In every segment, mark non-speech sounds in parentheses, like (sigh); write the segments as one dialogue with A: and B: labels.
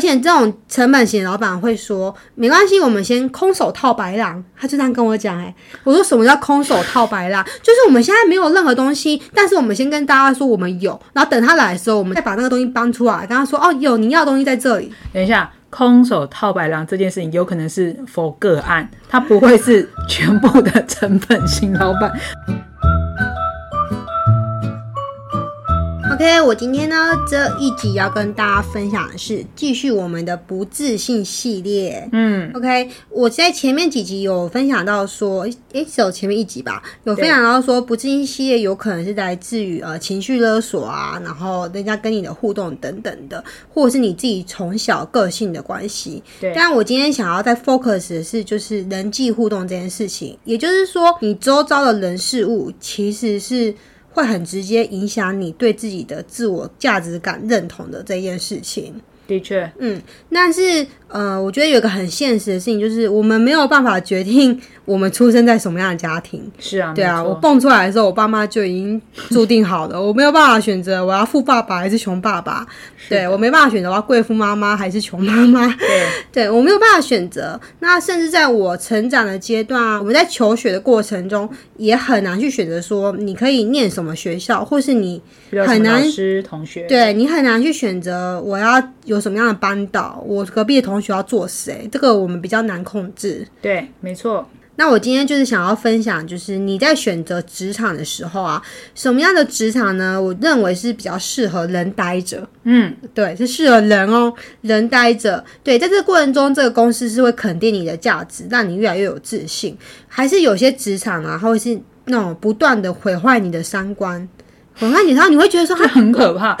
A: 且这种成本型的老板会说，没关系，我们先空手套白狼。他就这样跟我讲，哎，我说什么叫空手套白狼？就是我们现在没有任何东西，但是我们先跟大家说我们有，然后等他来的时候，我们再把那个东西搬出来，跟他说，哦，有你要的东西在这里。
B: 等一下，空手套白狼这件事情有可能是否个案，它不会是全部的成本型老板。
A: OK，我今天呢这一集要跟大家分享的是继续我们的不自信系列。
B: (laughs) 嗯，
A: OK，我在前面几集有分享到说，诶、只有前面一集吧，有分享到说不自信系列有可能是来自于呃情绪勒索啊，然后人家跟你的互动等等的，或者是你自己从小个性的关系。
B: 对啊
A: 但我今天想要再 focus 的是，就是人际互动这件事情，也就是说，你周遭的人事物其实是。会很直接影响你对自己的自我价值感认同的这件事情。
B: 的确，
A: 嗯，但是呃，我觉得有一个很现实的事情，就是我们没有办法决定我们出生在什么样的家庭。
B: 是啊，
A: 对啊，
B: 没错
A: 我蹦出来的时候，我爸妈就已经注定好了，我没有办法选择我要富爸爸还是穷爸
B: (laughs)
A: 爸，对我没办法选择我要贵妇妈妈还是穷妈妈，
B: (laughs) 对
A: 对我没有办法选择。那甚至在我成长的阶段啊，我们在求学的过程中，也很难去选择说你可以念什么学校，或是你
B: 遇到
A: 很
B: 什么老
A: 难
B: 师同学，
A: 对你很难去选择我要有什么样的班导，我隔壁的同学要做谁，这个我们比较难控制。
B: 对，没错，
A: 那我今天就是想要分享，就是你在选择职场的时候啊，什么样的职场呢？我认为是比较适合人待着，
B: 嗯，
A: 对，是适合人哦，人待着。对，在这个过程中，这个公司是会肯定你的价值，让你越来越有自信。还是有些职场啊，它会是那种不断的毁坏你的三观，毁坏你，然后你会觉得说，
B: 这很可怕。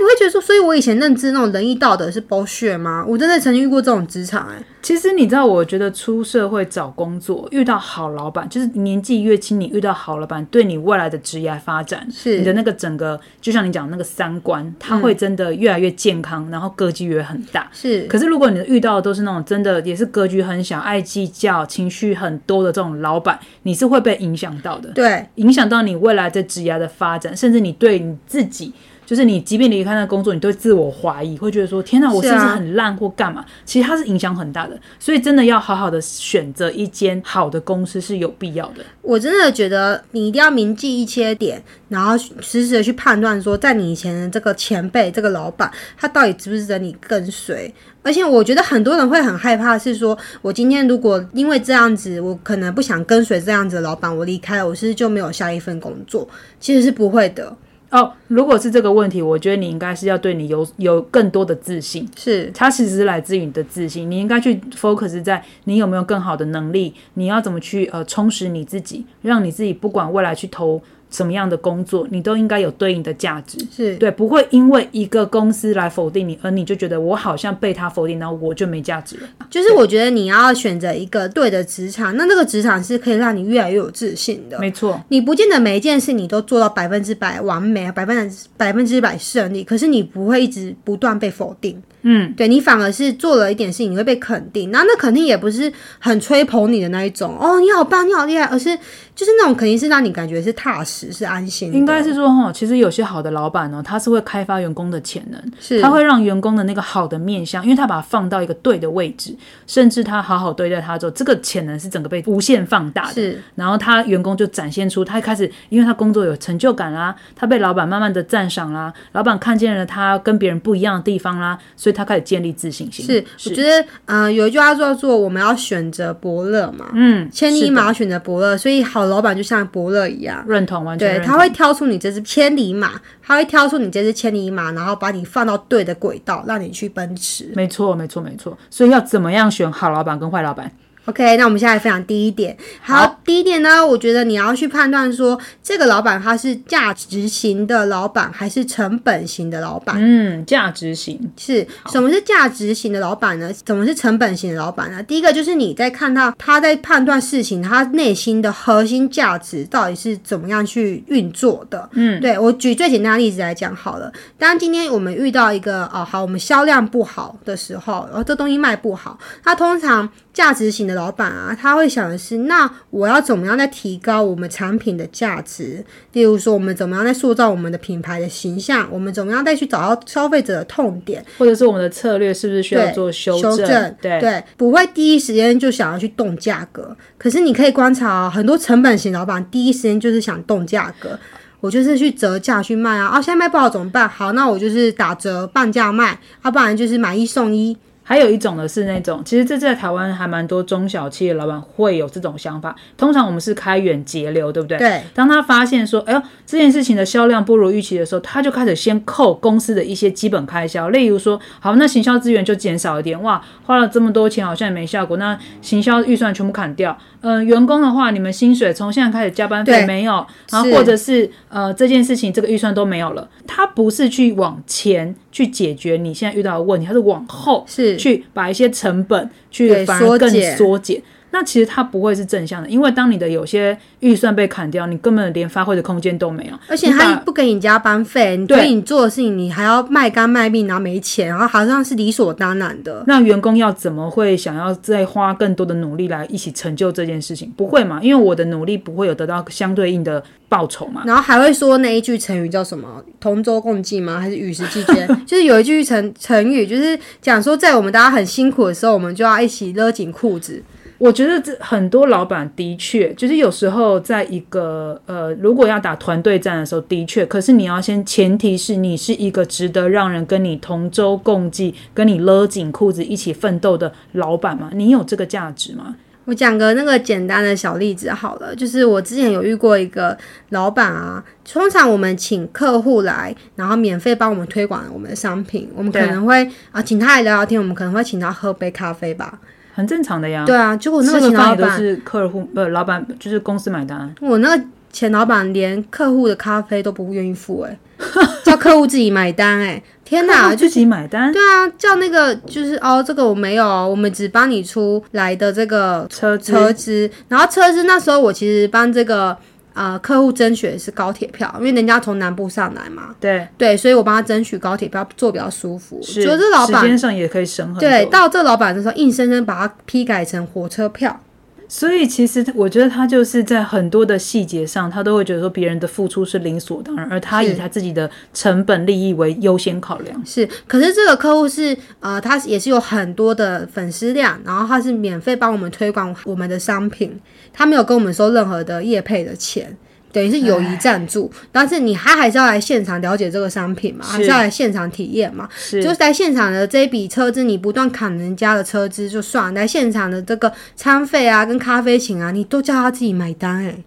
A: 你会觉得说，所以我以前认知那种仁义道德是 bullshit 吗？我真的曾经遇过这种职场、欸，哎，
B: 其实你知道，我觉得出社会找工作，遇到好老板，就是年纪越轻，你遇到好老板，对你未来的职业发展，
A: 是
B: 你的那个整个，就像你讲的那个三观，它会真的越来越健康，然后格局也很大。
A: 是
B: 可是如果你遇到的都是那种真的也是格局很小、爱计较、情绪很多的这种老板，你是会被影响到的。
A: 对，
B: 影响到你未来在职涯的发展，甚至你对你自己，就是你即便离开那个工作，你对自我怀疑，会觉得说天哪，我
A: 是
B: 是
A: 啊
B: 不是很烂或干嘛？其实它是影响很大的，所以真的要好好的选择一间好的公司是有必要的。
A: 我真的觉得你一定要铭记一些点，然后实时的去判断说，在你以前的这个前辈、这个老板，他到底值不值得你跟随。而且我觉得很多人会很害怕，是说我今天如果因为这样子，我可能不想跟随这样子的老板，我离开了，我是不是就没有下一份工作？其实是不会的，
B: 哦，如果是这个问题，我觉得你应该是要对你有有更多的自信。
A: 是
B: 它其实是来自于你的自信，你应该去 focus 在你有没有更好的能力，你要怎么去呃充实你自己，让你自己不管未来去投什么样的工作，你都应该有对应的价值。
A: 是，
B: 对，不会因为一个公司来否定你，而你就觉得我好像被他否定，然后我就没价值了。
A: 就是我觉得你要选择一个对的职场，那这个职场是可以让你越来越有自信的。
B: 没错，
A: 你不见得每一件事你都做到百分之百完美，啊百分之百分之百胜利，可是你不会一直不断被否定。
B: 嗯，
A: 对你反而是做了一点事情，你会被肯定，然后那肯定也不是很吹捧你的那一种哦，你好棒，你好厉害，而是就是那种肯定是让你感觉是踏实、是安心的。
B: 应该是说哈，其实有些好的老板呢，他是会开发员工的潜能，
A: 是
B: 他会让员工的那个好的面相，因为他把它放到一个对的位置，甚至他好好对待他之后，这个潜能是整个被无限放大的。
A: 是
B: 然后他员工就展现出他一开始，因为他工作有成就感啦，他被老板慢慢的赞赏啦，老板看见了他跟别人不一样的地方啦，所以他开始建立自信心。
A: 是，我觉得呃有一句话叫做我们要选择伯乐嘛，
B: 嗯，
A: 千
B: 是
A: 里
B: 的
A: 马要选择伯乐，所以好老板就像伯乐一样。
B: 认同，完全
A: 对，
B: 认同。
A: 他会挑出你这只千里马，他会挑出你这只千里马，然后把你放到对的轨道，让你去奔驰。
B: 没错，没错，没错。所以要怎么样选好老板跟坏老板？
A: OK，那我们现在分享第一点。好，第一点呢，我觉得你要去判断说，这个老板他是价值型的老板还是成本型的老板。
B: 嗯，价值型，
A: 是什么是价值型的老板呢？什么是成本型的老板呢？第一个就是你在看到他在判断事情，他内心的核心价值到底是怎么样去运作的。嗯，对我举最简单的例子来讲好了。当今天我们遇到一哦个哦，好，我们销量不好的时候，然、后这东西卖不好，它通常价值型的的老板啊，他会想的是，那我要怎么样再提高我们产品的价值？例如说，我们怎么样在塑造我们的品牌的形象？我们怎么样再去找到消费者的痛点？
B: 或者是我们的策略是不是需要
A: 对
B: 做修
A: 修正
B: 对，
A: 对，不会第一时间就想要去动价格。可是你可以观察、哦，很多成本型老板第一时间就是想动价格，我就是去折价去卖啊。啊，现在卖不好怎么办？好，那我就是打折半价卖，啊要、不然就是买一送一。
B: 还有一种呢是那种，其实这在台湾还蛮多中小企业老板会有这种想法。通常我们是开源节流，对不对？
A: 对。
B: 当他发现说，哎呦，这件事情的销量不如预期的时候，他就开始先扣公司的一些基本开销，例如说，好，那行销资源就减少一点，哇，花了这么多钱好像也没效果，那行销预算全部砍掉。嗯、员工的话，你们薪水从现在开始加班费
A: 对
B: 没有，然后
A: 是
B: 或者是呃这件事情这个预算都没有了，他不是去往前去解决你现在遇到的问题，他是往后
A: 是
B: 去把一些成本去
A: 对
B: 反而更
A: 缩减
B: 缩减。那其实它不会是正向的，因为当你的有些预算被砍掉，你根本连发挥的空间都没有。
A: 而且
B: 你把
A: 他不给你加班费，你
B: 对
A: 所以你做的事情你还要卖干卖命，然后没钱，然后好像是理所当然的。
B: 那员工要怎么会想要再花更多的努力来一起成就这件事情？不会嘛？因为我的努力不会有得到相对应的报酬嘛。
A: 然后还会说那一句成语叫什么“同舟共济”吗？还是“与时俱进”？ (laughs) 就是有一句成成语，就是讲说，在我们大家很辛苦的时候，我们就要一起勒紧裤子。
B: 我觉得这很多老板的确，就是有时候在一个呃，如果要打团队战的时候，的确，可是你要先前提是你是一个值得让人跟你同舟共济、跟你勒紧裤子一起奋斗的老板嘛？你有这个价值吗？
A: 我讲个那个简单的小例子好了，就是我之前有遇过一个老板啊，通常我们请客户来，然后免费帮我们推广我们的商品，我们可
B: 对
A: 能会啊请他来聊聊天，我们可能会请他喝杯咖啡吧。
B: 很正常的呀。
A: 对啊，结果那
B: 嗯吃
A: 个
B: 个
A: 请
B: 饭
A: 老
B: 也都
A: 板，
B: 是客户，不、老板就是公司买单。
A: 我那个前老板连客户的咖啡都不愿意付、欸， (laughs) 叫客户自己买单、欸，天
B: 那
A: 哪！就
B: 自己买单，
A: 对啊，叫那个就是哦，这个我没有哦，我们只帮你出来的这个
B: 车子
A: 车资，然后车资那时候我其实帮这个呃客户争取的是高铁票，因为人家从南部上来嘛，
B: 对，
A: 对，所以我帮他争取高铁票，坐比较舒服。
B: 是
A: 觉得这老
B: 时间
A: 板
B: 上也可以省很多。
A: 对，到这老板的时候，硬生生把它批改成火车票。
B: 所以其实我觉得他就是在很多的细节上，他都会觉得说别人的付出是理所当然，而他以
A: 是
B: 他自己的成本利益为优先考量。
A: 是，可是这个客户是呃，他也是有很多的粉丝量，然后他是免费帮我们推广我们的商品，他没有跟我们收任何的业配的钱。等于是友谊赞助，但是你还还是要来现场了解这个商品嘛，还是
B: 是
A: 要来现场体验嘛？
B: 是
A: 就是在现场的这一笔车资，你不断砍人家的车资就算，来现场的这个餐费啊、跟咖啡钱啊，你都叫他自己买单、欸，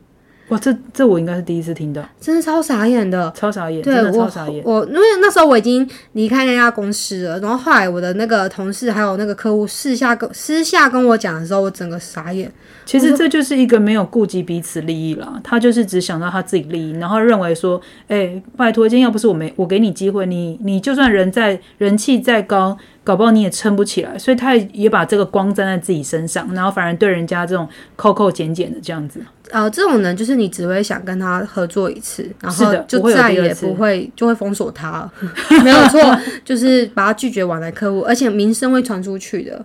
B: 哇，这这我应该是第一次听到，
A: 真的超傻眼的。
B: 超傻眼，
A: 对
B: 真的超
A: 我
B: 傻眼。
A: 我因为那时候我已经离开那家公司了，然后后来我的那个同事还有那个客户私下跟私下跟我讲的时候，我整个傻眼。
B: 其实这就是一个没有顾及彼此利益啦，他就是只想到他自己利益，然后认为说，哎、拜托，今天要不是我没我给你机会，你你就算人在人气再高，搞不好你也撑不起来，所以他也也把这个光沾在自己身上，然后反而对人家这种扣扣减减的这样子。
A: 呃，这种人就是你只会想跟他合作一次，然后
B: 是的
A: 就
B: 不会有
A: 再
B: 第二
A: 也
B: 次
A: 不会就会封锁他了， (laughs) 没有错，就是把他拒绝往来客户，而且名声会传出去的。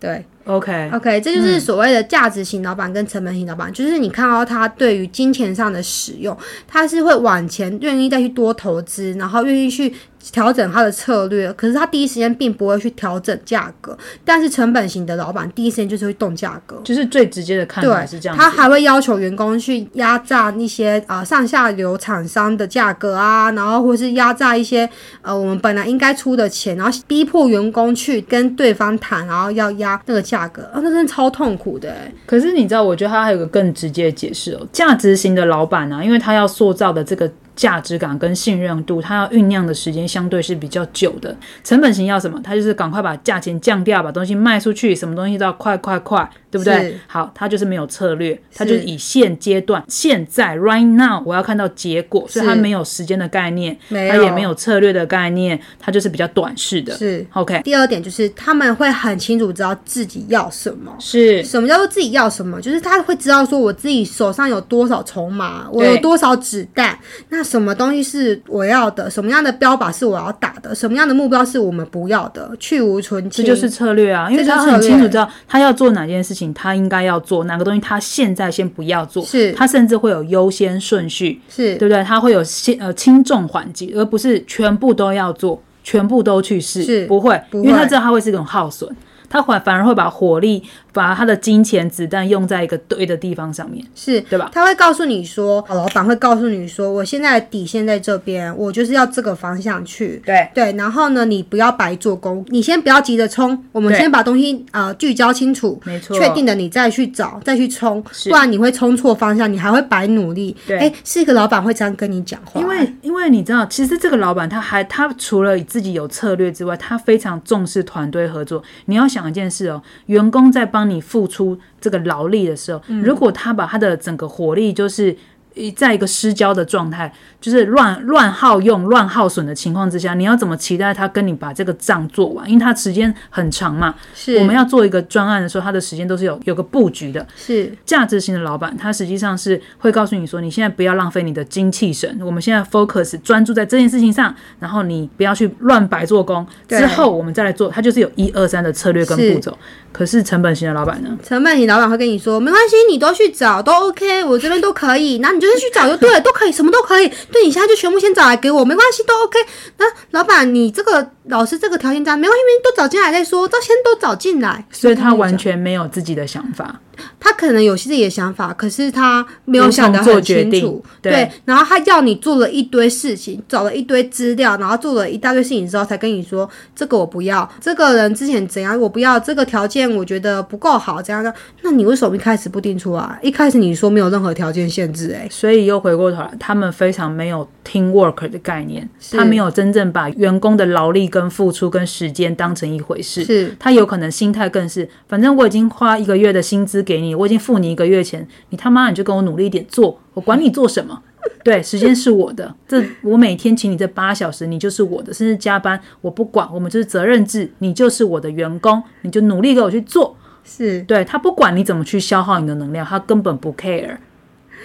A: 对
B: OK，
A: ，OK，这就是所谓的价值型老板跟成本型老板，就是你看到他对于金钱上的使用，他是会往前愿意再去多投资，然后愿意去调整他的策略，可是他第一时间并不会去调整价格，但是成本型的老板第一时间就是会动价格。
B: 就是最直接的看法是
A: 对，
B: 这样子。
A: 他还会要求员工去压榨那些呃上下游厂商的价格啊，然后或是压榨一些呃我们本来应该出的钱，然后逼迫员工去跟对方谈，然后要压那个价格，啊，那真的超痛苦的、欸。
B: 可是你知道，我觉得他还有个更直接的解释哦，价值型的老板啊，因为他要塑造的这个价值感跟信任度，他要酝酿的时间相对是比较久的。成本型要什么？他就是赶快把价钱降掉，把东西卖出去，什么东西都要快快快，对不对
A: 是？
B: 好，他就是没有策略，他就是以现阶段、现在 right now 我要看到结果，所以他
A: 是
B: 没有时间的概念，
A: 没
B: 他
A: 有
B: 也没有策略的概念，他就是比较短视的。
A: 是
B: OK，
A: 第二点就是他们会很清楚知道自己要什么。
B: 是
A: 什么叫做自己要什么？就是他会知道说我自己手上有多少筹码，我有
B: 对
A: 多少子弹，那什么东西是我要的，什么样的标靶是我要打的，什么样的目标是我们不要的，去无存
B: 这
A: 清。
B: 就是策略啊，因为
A: 这就是
B: 他
A: 策
B: 很
A: 略
B: 清楚知道他要做哪件事情，他应该要做哪个东西，他现在先不要做，
A: 是
B: 他甚至会有优先顺序，
A: 是
B: 对不对？他会有先呃轻重缓急，而不是全部都要做，全部都去试，
A: 是
B: 不会，
A: 不
B: 因为他
A: 会
B: 知道他会是一种耗损，他反反而会把火力、把他的金钱、子弹用在一个对的地方上面，
A: 是，
B: 对吧？
A: 他会告诉你说，哦老板会告诉你说，我现在的底线在这边，我就是要这个方向去。
B: 对，
A: 对，然后呢，你不要白做工，你先不要急着冲，我们
B: 对
A: 先把东西呃聚焦清楚，
B: 没错，
A: 确定的你再去找，再去冲，
B: 是
A: 不然你会冲错方向，你还会白努力。
B: 对
A: 哎，是一个老板会这样跟你讲话，
B: 因为因为你知道，其实这个老板他还他除了自己有策略之外，他非常重视团队合作。你要想一件事哦，员工在帮你付出这个劳力的时候，如果他把他的整个火力就是。一在一个失焦的状态，就是乱乱耗用、乱耗损的情况之下，你要怎么期待他跟你把这个账做完？因为他时间很长嘛，
A: 是
B: 我们要做一个专案的时候，他的时间都是有有个布局的。
A: 是
B: 价值型的老板，他实际上是会告诉你说，你现在不要浪费你的精气神，我们现在 focus 专注在这件事情上，然后你不要去乱白做工，
A: 对
B: 之后我们再来做，他就是有一二三的策略跟
A: 是
B: 步骤。可是成本型的老板呢？
A: 成本，你老板会跟你说，没关系，你都去找，都 OK，我这边都可以，那你就是去找就对了，都可以，什么都可以。对你现在就全部先找来给我，没关系，都 OK。那老板，你这个老师这个条件这样，没关系，没关系都找进来再说，都先都找进来。
B: 所
A: 是不
B: 以
A: 是
B: 他
A: 这么
B: 完
A: 讲，
B: 全没有自己的想法，
A: 他可能有自己的想法，可是他没有
B: 无
A: 想
B: 从
A: 得
B: 做
A: 很
B: 决
A: 清
B: 定
A: 楚。。
B: 对，
A: 然后他要你做了一堆事情，找了一堆资料，然后做了一大堆事情之后，才跟你说这个我不要，这个人之前怎样我不要，这个条件我觉得不够好，怎样的？那你为什么一开始不定出来？一开始你说没有任何条件限制、欸，
B: (laughs) 所以又回过头来，他们非常没有 team work 的概念，
A: 是
B: 他没有真正把员工的劳力跟付出跟时间当成一回事。
A: 是
B: 他有可能心态更是，反正我已经花一个月的薪资给你，我已经付你一个月钱，你他妈你就跟我努力一点做，我管你做什么。对，时间是我的，这我每天请你这八小时，你就是我的，甚至加班我不管，我们就是责任制，你就是我的员工，你就努力给我去做。
A: 是
B: 对他不管你怎么去消耗你的能量，他根本不 care。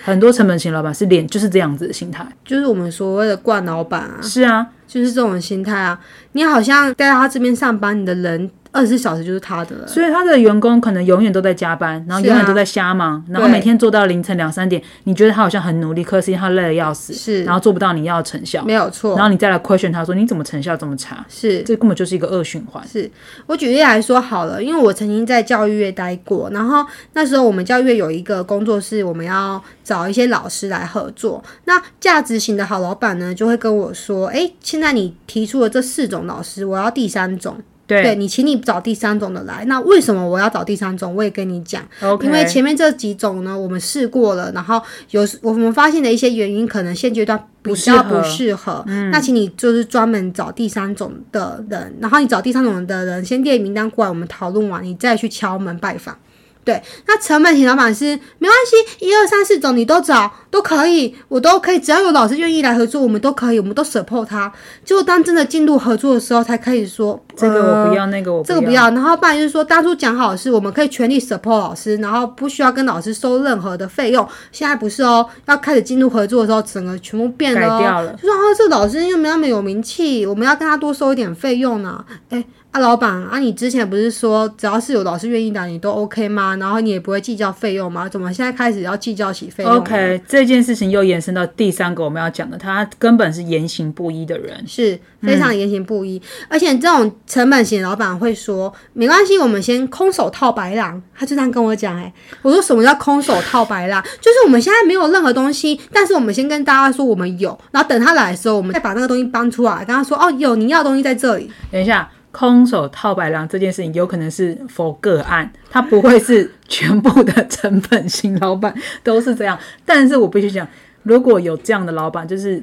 B: 很多成本型老板是脸就是这样子的心态。
A: 就是我们所谓的惯老板啊，
B: 是啊，
A: 就是这种心态啊。你好像待到他这边上班，你的人二十四小时就是他的了。
B: 所以他的员工可能永远都在加班，然后
A: 是啊
B: 永远都在瞎忙，然后
A: 对
B: 每天做到凌晨两三点，你觉得他好像很努力，可是他累得要死，
A: 是
B: 然后做不到你要的成效，
A: 没有错
B: 然，后你再来 question 他说你怎么成效这么差，
A: 是
B: 这根本就是一个恶循环。
A: 是我举例来说好了，因为我曾经在教育院待过，然后那时候我们教育院有一个工作是我们要找一些老师来合作。那价值型的好老板呢，就会跟我说：“诶，现在你提出了这四种老师，我要第三种。
B: 对
A: 你请你找第三种的来。那为什么我要找第三种？我也跟你讲。
B: ，OK，
A: 因为前面这几种呢，我们试过了，然后有时我们发现的一些原因，可能现阶段比较
B: 不适合嗯
A: 不适合。那请你就是专门找第三种的人，然后你找第三种的人，先列名单过来，我们讨论完，你再去敲门拜访。对，那成本型老板是没关系，一二三四种你都找都可以，我都可以，只要有老师愿意来合作，我们都可以，我们都 support 他。结果当真的进入合作的时候，才开始说
B: 这个我
A: 呃
B: 不要，那个我
A: 这个不要。然后不然就是说，当初讲好的是我们可以全力 support 老师，然后不需要跟老师收任何的费用。现在不是哦，要开始进入合作的时候，整个全部变
B: 改
A: 了、哦。
B: 掉了，
A: 就说啊，这老师又没那么有名气，我们要跟他多收一点费用呢、哎、啊，老板啊，你之前不是说只要是有老师愿意来，你都 OK 吗？然后你也不会计较费用吗？怎么现在开始要计较起费用了
B: OK，这件事情又延伸到第三个我们要讲的，他根本是言行不一的人。
A: 是非
B: 嗯
A: 常言行不一，而且这种成本型老板会说没关系，我们先空手套白狼，他就这样跟我讲、欸。我说什么叫空手套白狼？就是我们现在没有任何东西，但是我们先跟大家说我们有，然后等他来的时候，我们再把那个东西搬出来，跟他说哦，有你要的东西在这里。
B: 等一下，空手套白狼这件事情有可能是 (laughs) 否个案，它不会是 (laughs) 全部的成本型老板都是这样。但是我必须讲，如果有这样的老板，就是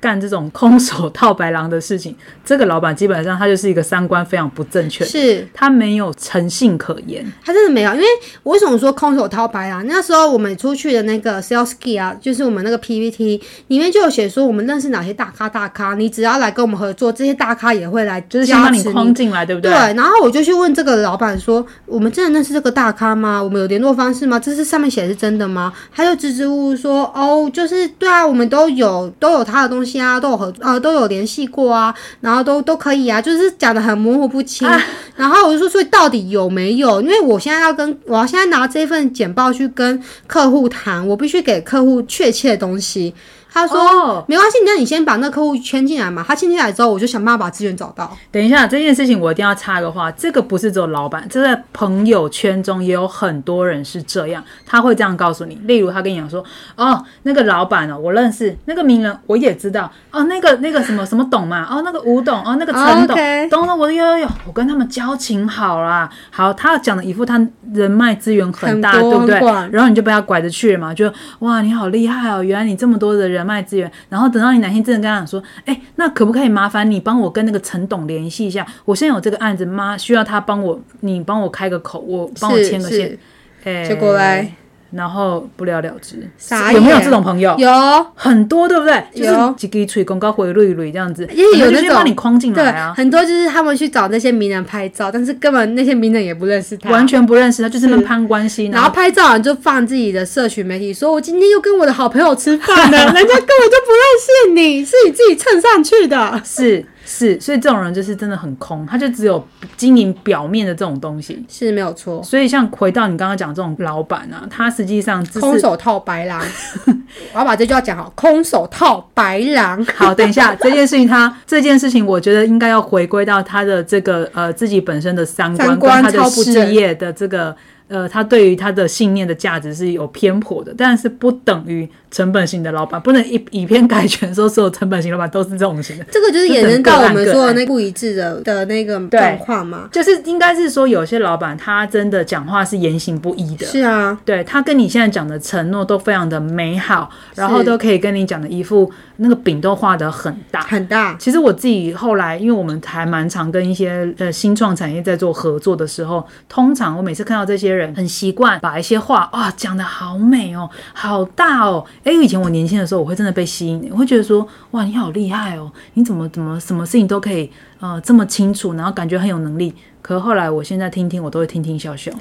B: 干这种空手套白狼的事情，这个老板基本上他就是一个三观非常不正确，
A: 是
B: 他没有诚信可言。
A: 他真的没有，因为我为什么说空手套白狼？那时候我们出去的那个 sales key 啊，就是我们那个 PPT 里面就有写说我们认识哪些大咖大咖，你只要来跟我们合作，这些大咖也会来
B: 就是先
A: 加
B: 把
A: 持
B: 你框进来，对不对？
A: 然后我就去问这个老板说：“我们真的认识这个大咖吗？我们有联络方式吗？这是上面写的是真的吗？”他就支支吾吾说：“哦，就是对啊，我们都有都有他他的东西啊，都有合呃都有联系过啊，然后都都可以啊，就是讲的很模糊不清。
B: 啊
A: 然后我就说，所以到底有没有？因为我现在要跟我要现在拿这份简报去跟客户谈，我必须给客户确切的东西。他说、
B: 哦
A: 没关系，那你先把那客户圈进来嘛。他圈进来之后，我就想办法把资源找到。
B: 等一下，这件事情我一定要插个话，这个不是只有老板，这在朋友圈中也有很多人是这样，他会这样告诉你。例如，他跟你讲说：“哦，那个老板哦，我认识；那个名人我也知道；哦，那个 (laughs) 那个什么什么董嘛，哦，那个吴董，哦，那个陈董，
A: OK
B: 懂了，我有有有，我跟他们交情好啦。好，他讲的一副他人脉资源很大，
A: 很多
B: 对不对
A: 很广？
B: 然后你就被他拐着去了嘛，就哇，你好厉害哦，原来你这么多的人脉资源。然后等到你哪天真的跟他讲说，哎，那可不可以麻烦你帮我跟那个陈董联系一下？我现在有这个案子，妈需要他帮我，你帮我开个口，我帮我
A: 是
B: 牵个线
A: 是。
B: 哎
A: 结果嘞，
B: 然后不了了之，
A: 傻
B: 有没有
A: 眼
B: 这种朋友？
A: 有，
B: 很多对不对？就是
A: 有
B: 几滴吹公告回绿绿这样子，
A: 也有
B: 人家
A: 那
B: 就
A: 种
B: 先把你框进来啊
A: 对，，很多就是他们去找那些名人拍照，但是根本那些名人也不认识他，
B: 完全不认识他，就是那边攀关系，
A: (laughs) 然
B: 然
A: 后
B: 后
A: 拍照完就放自己的社群媒体，说我今天又跟我的好朋友吃饭了，
B: (laughs)
A: 人家根本就不认识你，是你自己蹭上去的。
B: 是是，所以这种人就是真的很空，他就只有经营表面的这种东西。
A: 是没有错，
B: 所以像回到你刚刚讲这种老板啊，他实际上就
A: 空
B: 是
A: 手套白狼， (laughs) 我要把这句话讲好，空手套白狼。
B: 好。等一下，这件事情 (laughs) 他这件事情，我觉得应该要回归到他的这个呃自己本身的三观
A: 三
B: 跟
A: 观
B: 他的
A: 超不
B: 事
A: 正
B: 业的这个。呃，他对于他的信念的价值是有偏颇的，但是不等于成本型的老板，不能以以偏概全，说所有成本型老板都是这种型的。
A: 这个就是衍生到我们
B: 就
A: 说的
B: 等个案
A: 那不一致的的那个
B: 对
A: 状况嘛。
B: 就是应该是说，有些老板他真的讲话是言行不一的，
A: 是啊，
B: 对他跟你现在讲的承诺都非常的美好，然后都可以跟你讲的一副那个饼都画的很大。
A: 很大，
B: 其实我自己后来，因为我们还蛮常跟一些呃新创产业在做合作的时候，通常我每次看到这些人很习惯把一些话啊讲的好美哦，好大哦。哎，以前我年轻的时候，我会真的被吸引，我会觉得说哇你好厉害哦，你怎么怎么什么事情都可以呃这么清楚，然后感觉很有能力。可后来我现在听听，我都会听听笑笑。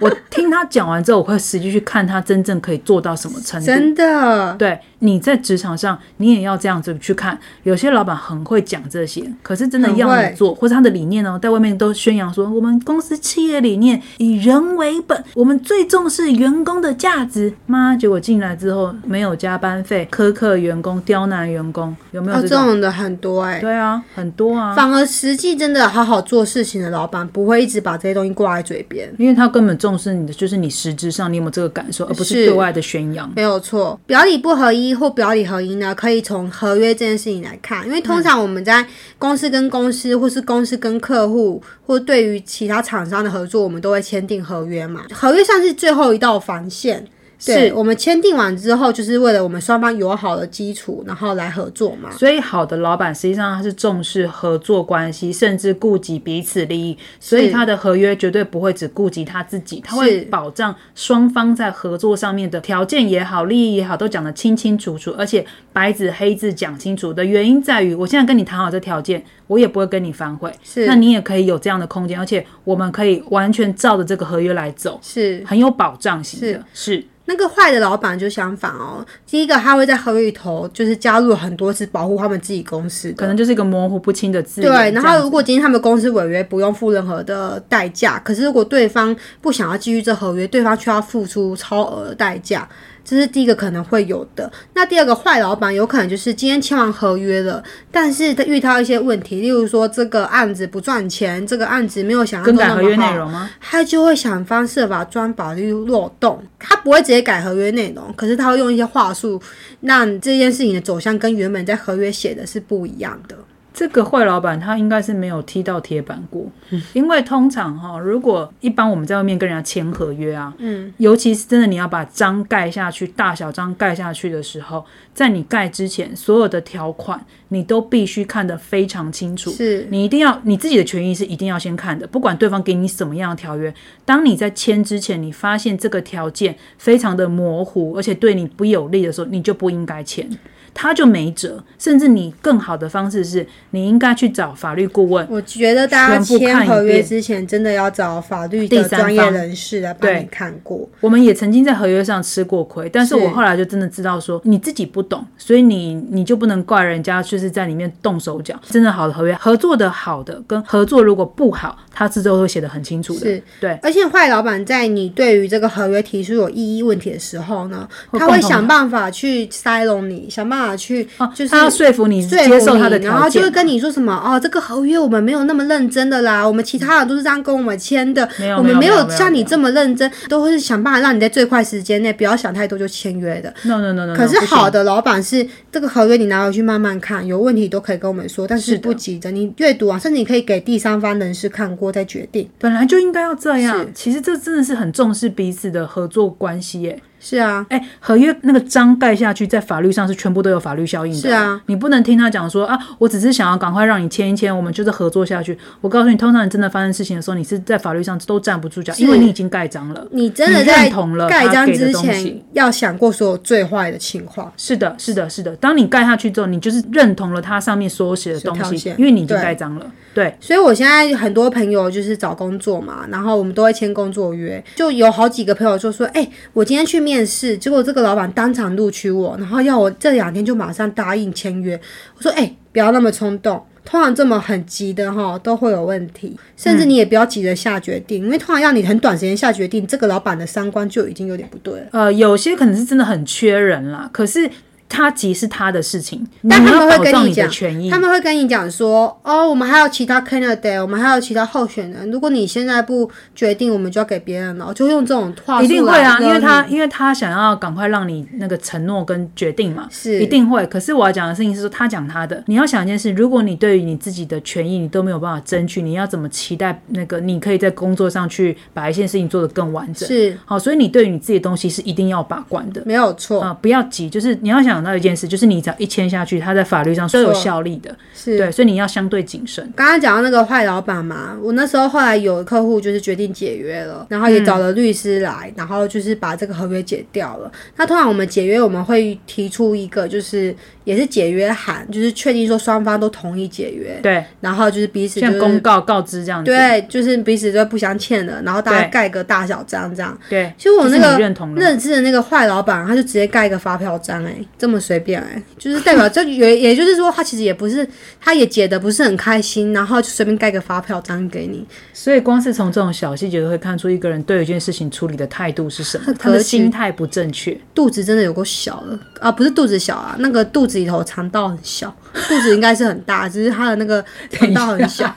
B: 我听他讲完之后，我会实际去看他真正可以做到什么程度。
A: 真的。
B: 对，你在职场上，你也要这样子去看。有些老板很会讲这些，可是真的
A: 很
B: 要你
A: 会
B: 做，或者他的理念呢、在外面都宣扬说，我们公司企业理念以人为本，我们最重视员工的价值。妈，结果进来之后没有加班费，苛刻员工，刁难员工，有没有
A: 哦，
B: 这
A: 这
B: 种？
A: 种的很多哎、
B: 对啊，很多啊。
A: 反而实际真的好好做事情的老板，不会一直把这些东西挂在嘴边。
B: 因为他根本重视你的，就是你实质上你有没有这个感受，而不是
A: 是
B: 对外的宣扬。
A: 没有错，表里不合一或表里合一呢，可以从合约这件事情来看，
B: 嗯
A: 因为通常我们在公司跟公司，或是公司跟客户，或对于其他厂商的合作，我们都会签订合约嘛。合约算是最后一道防线，对
B: 是
A: 我们签订完之后，就是为了我们双方友好的基础，然后来合作嘛。
B: 所以，好的老板实际上他是重视合作关系，甚至顾及彼此利益，所以他的合约绝对不会只顾及他自己，他会保障双方在合作上面的条件也好、利益也好，都讲得清清楚楚，而且白纸黑字讲清楚的原因在于，我现在跟你谈好这条件，我也不会跟你反悔，
A: 是
B: 那你也可以有这样的空间，而且我们可以完全照着这个合约来走，
A: 是
B: 很有保障型的，是
A: 那个坏的老板就相反哦，第一个他会在合约里头就是加入很多次保护他们自己公司的，
B: 可能就是一个模糊不清的字眼，
A: 对，然
B: 这样
A: 后
B: 子
A: 如果今天他们公司违约，不用付任何的代价，可是如果对方不想要继续这合约，对方却要付出超额的代价，这是第一个可能会有的。那第二个坏老板有可能就是今天签完合约了，但是他遇到一些问题，例如说这个案子不赚钱，这个案子没有想象
B: 更
A: 中
B: 改
A: 那
B: 合
A: 么
B: 约内
A: 好。
B: 容吗？
A: 他就会想方设法钻法律漏洞，他不会直接改合约内容，可是他会用一些话术，让这件事情的走向跟原本在合约写的是不一样的。
B: 这个坏老板他应该是没有踢到铁板过，因为通常哈、如果一般我们在外面跟人家签合约啊，嗯，尤其是真的你要把章盖下去，大小章盖下去的时候，在你盖之前，所有的条款你都必须看得非常清楚，
A: 是
B: 你一定要你自己的权益是一定要先看的，不管对方给你什么样的条约，当你在签之前，你发现这个条件非常的模糊，而且对你不有利的时候，你就不应该签。他就没辙。甚至你更好的方式是，你应该去找法律顾问，
A: 我觉得大家
B: 全部看
A: 签
B: 一
A: 合约
B: 遍
A: 之前，真的要找法律
B: 第
A: 的
B: 三
A: 专业
B: 方
A: 人士来帮你
B: 对
A: 看过。
B: 我们也曾经在合约上吃过亏，但是
A: 是
B: 我后来就真的知道说，你自己不懂，所以你你就不能怪人家，就是在里面动手脚。真的好的合约，合作的好的跟合作如果不好，他字都会写得很清楚的
A: 是。
B: 对，
A: 而且坏老板在你对于这个合约提出有异议问题的时候呢，
B: 会
A: 他
B: 共
A: 会
B: 同
A: 想办法去塞拢你，想办法去
B: 哦
A: 就是
B: 他要说服你
A: 说服
B: 接受他的
A: 你，然后
B: 条
A: 就
B: 件
A: 会。跟你说什么哦，这个合约我们没有那么认真的啦，我们其他人都是这样跟我们签的，
B: 没有
A: 我们
B: 没有没有
A: 有
B: 没有
A: 像你这么认真，都会想办法让你在最快时间内不要想太多就签约的。
B: no no no no，, no
A: 可是
B: 嗯不行
A: 好的老板是这个合约，你拿回去慢慢看，有问题都可以跟我们说，但是不急着你阅读啊，甚至你可以给第三方人士看过再决定。
B: 本来就应该要这样。其实这真的是很重视彼此的合作关系耶。
A: 是啊，
B: 哎，合约那个章盖下去，在法律上是全部都有法律效应的。
A: 是啊，
B: 你不能听他讲说啊，我只是想要赶快让你签一签，我们就是合作下去。我告诉你，通常你真的发生事情的时候，你是在法律上都站不住脚，因为你已经盖章了。
A: 你真的
B: 你
A: 在
B: 认同了
A: 盖
B: 他
A: 章
B: 给的
A: 之
B: 东
A: 前
B: 西
A: 要想过所有最坏的情况。
B: 是的，是的，是的。当你盖下去之后，你就是认同了它上面所写的东
A: 条
B: 西
A: 件，
B: 因为你已经
A: 对
B: 盖章了。对，
A: 所以我现在很多朋友就是找工作嘛，然后我们都会签工作约，就有好几个朋友就说：“哎、我今天去面试，结果这个老板当场录取我，然后要我这两天就马上答应签约。”我说：“哎、不要那么冲动。”通常这么很急的哈，都会有问题，甚至你也不要急着下决定，因为通常要你很短时间下决定，这个老板的三观就已经有点不对了。
B: 呃，有些可能是真的很缺人啦，可是他急是他的事情，
A: 但他
B: 你
A: 们
B: 要
A: 会
B: 保
A: 跟
B: 障
A: 你
B: 你的
A: 讲
B: 权益
A: 他。们会跟你讲说，哦，我们还有其他 candidate，我们还有其他候选人，如果你现在不决定，我们就要给别人了，就用这种话术
B: 一定会
A: 来
B: 啊，因
A: 勒
B: 为他
A: 你
B: 因为他想要赶快让你那个承诺跟决定嘛，
A: 是
B: 一定会。可是我要讲的事情是说，他讲他的，你要想一件事，如果你对于你自己的权益你都没有办法争取，你要怎么期待那个你可以在工作上去把一件事情做得更完整？
A: 是
B: 好，所以你对于你自己的东西是一定要把关的。
A: 没有错，
B: 啊、不要急，就是你要想到一件事，就是你只要一签下去，它在法律上是有
A: 错
B: 效力的，
A: 是
B: 对，所以你要相对谨慎。
A: 刚刚讲到那个坏老板嘛，我那时候后来有客户就是决定解约了，然后也找了律师来，然后
B: 嗯
A: 就是把这个合约解掉了。那通常我们解约，我们会提出一个就是也是解约函，就是确定说双方都同意解约，
B: 对，
A: 然后就是彼此就
B: 像
A: 是
B: 公告告知这样子，
A: 对，就是彼此都不相欠了，然后大家
B: 对
A: 盖个大小章这样。
B: 对，
A: 其实我
B: 就是
A: 那
B: 你
A: 个
B: 认同了吗
A: 认识的那个坏老板，他就直接盖一个发票章、哎，这么随便、哎，就是代表 (laughs) 这也也就是说，他其实也不是，他也解的不是很开心，然后就随便盖个发票章给你，
B: 所以光是从这种小细节，会看出一个人对一件事情处理的态度是什么，他
A: 格
B: 的
A: 局
B: 心态不正确。 (laughs)
A: 肚子真的有够小了啊，不是肚子小啊，那个肚子里头肠道很小，肚子应该是很大，只是他的那
B: (laughs)
A: 个肠道很小，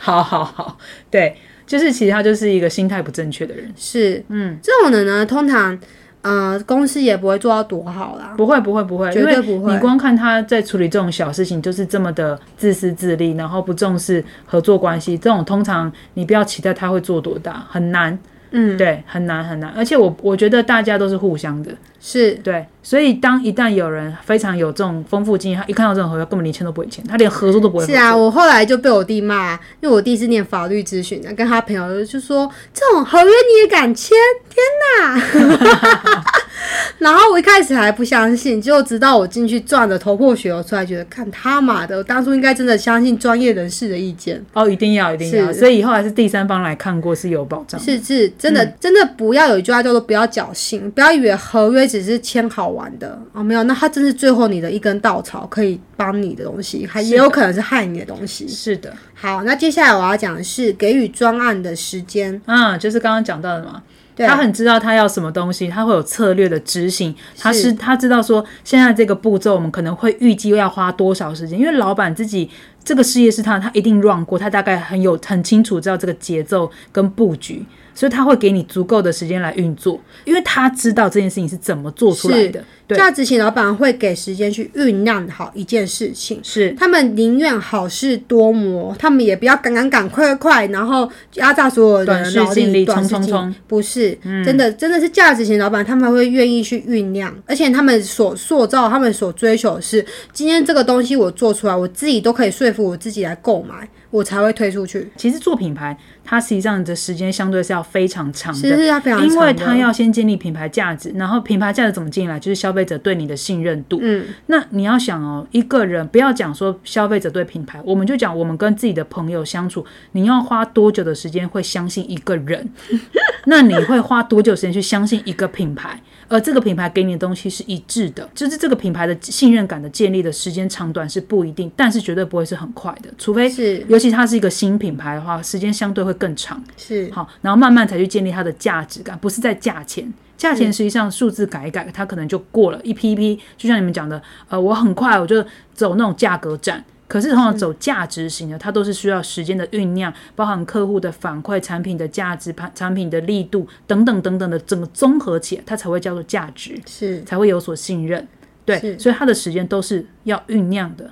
B: 好好好，对，就是其实他就是一个心态不正确的人。
A: 是，嗯，这种人呢，通常呃公司也不会做到多好啦，
B: 不会不会不会，
A: 绝
B: 因为
A: 对不会
B: 你光看他在处理这种小事情，就是这么的自私自利，然后不重视合作关系，这种通常你不要期待他会做多大，很难。嗯，对，很难很难。而且我我觉得大家都是互相的，
A: 是
B: 对，所以当一旦有人非常有这种丰富经验，他一看到这种合约，根本连签都不会签，他连合作都不会合
A: 是
B: 作。
A: 啊，我后来就被我弟骂，因为我弟是念法律咨询的，跟他朋友就说这种合约你也敢签？天哪！ (laughs) 然后我一开始还不相信，结果直到我进去赚的头破血流出来，觉得看他妈的，我当初应该真的相信专业人士的意见。
B: 哦，一定要，一定要，
A: 是
B: 所以以后还是第三方来看过是有保障的。
A: 是是，真的、真的不要有一句话叫做不要侥幸，不要以为合约只是签好玩的哦，没有，那他真是最后你的一根稻草，可以帮你的东西，还也有可能是害你的东西。
B: 是的，
A: 好，那接下来我要讲的是给予专案的时间。
B: 嗯，就是刚刚讲到的嘛，
A: 对
B: 他很知道他要什么东西，他会有策略的执行，他
A: 是
B: 是他知道说现在这个步骤我们可能会预计要花多少时间，因为老板自己这个事业是他，他一定 run 过，他大概很有很清楚知道这个节奏跟布局。所以他会给你足够的时间来运作，因为他知道这件事情是怎么做出来
A: 是
B: 的。对，
A: 价值型老板会给时间去酝酿好一件事情，
B: 是
A: 他们宁愿好事多磨，他们也不要赶赶赶快快，然后压榨所有人
B: 短
A: 的
B: 视
A: 脑
B: 近
A: 力，
B: 利
A: 短视
B: 冲冲
A: 近
B: 冲嗯
A: 不是、真的，真的是价值型老板，他们会愿意去酝酿，而且他们所塑造、他们所追求的是，今天这个东西我做出来，我自己都可以说服我自己来购买。我才会推出去。
B: 其实做品牌，它实际上的时间相对是要非常长
A: 其实
B: 的，
A: 是要非常长的，
B: 嗯因为它要先建立品牌价值，然后品牌价值怎么进来，就是消费者对你的信任度。
A: 嗯，
B: 那你要想哦，一个人不要讲说消费者对品牌，我们就讲我们跟自己的朋友相处，你要花多久的时间会相信一个人？ (laughs) 那你会花多久时间去相信一个品牌？而这个品牌给你的东西是一致的，就是这个品牌的信任感的建立的时间长短是不一定，但是绝对不会是很快的，除非
A: 是
B: 尤其它是一个新品牌的话，时间相对会更长。
A: 是
B: 好，然后慢慢才去建立它的价值感，不是在价钱。价钱实际上数字改一改，它可能就过了一批一批。就像你们讲的，呃，我很快我就走那种价格战。可是通常走价值型的，它都是需要时间的酝酿，包含客户的反馈、产品的价值、产产品的力度等等等等的整个综合起来，它才会叫做价值，
A: 是。
B: 才会有所信任。对，
A: 是
B: 所以它的时间都是要酝酿的。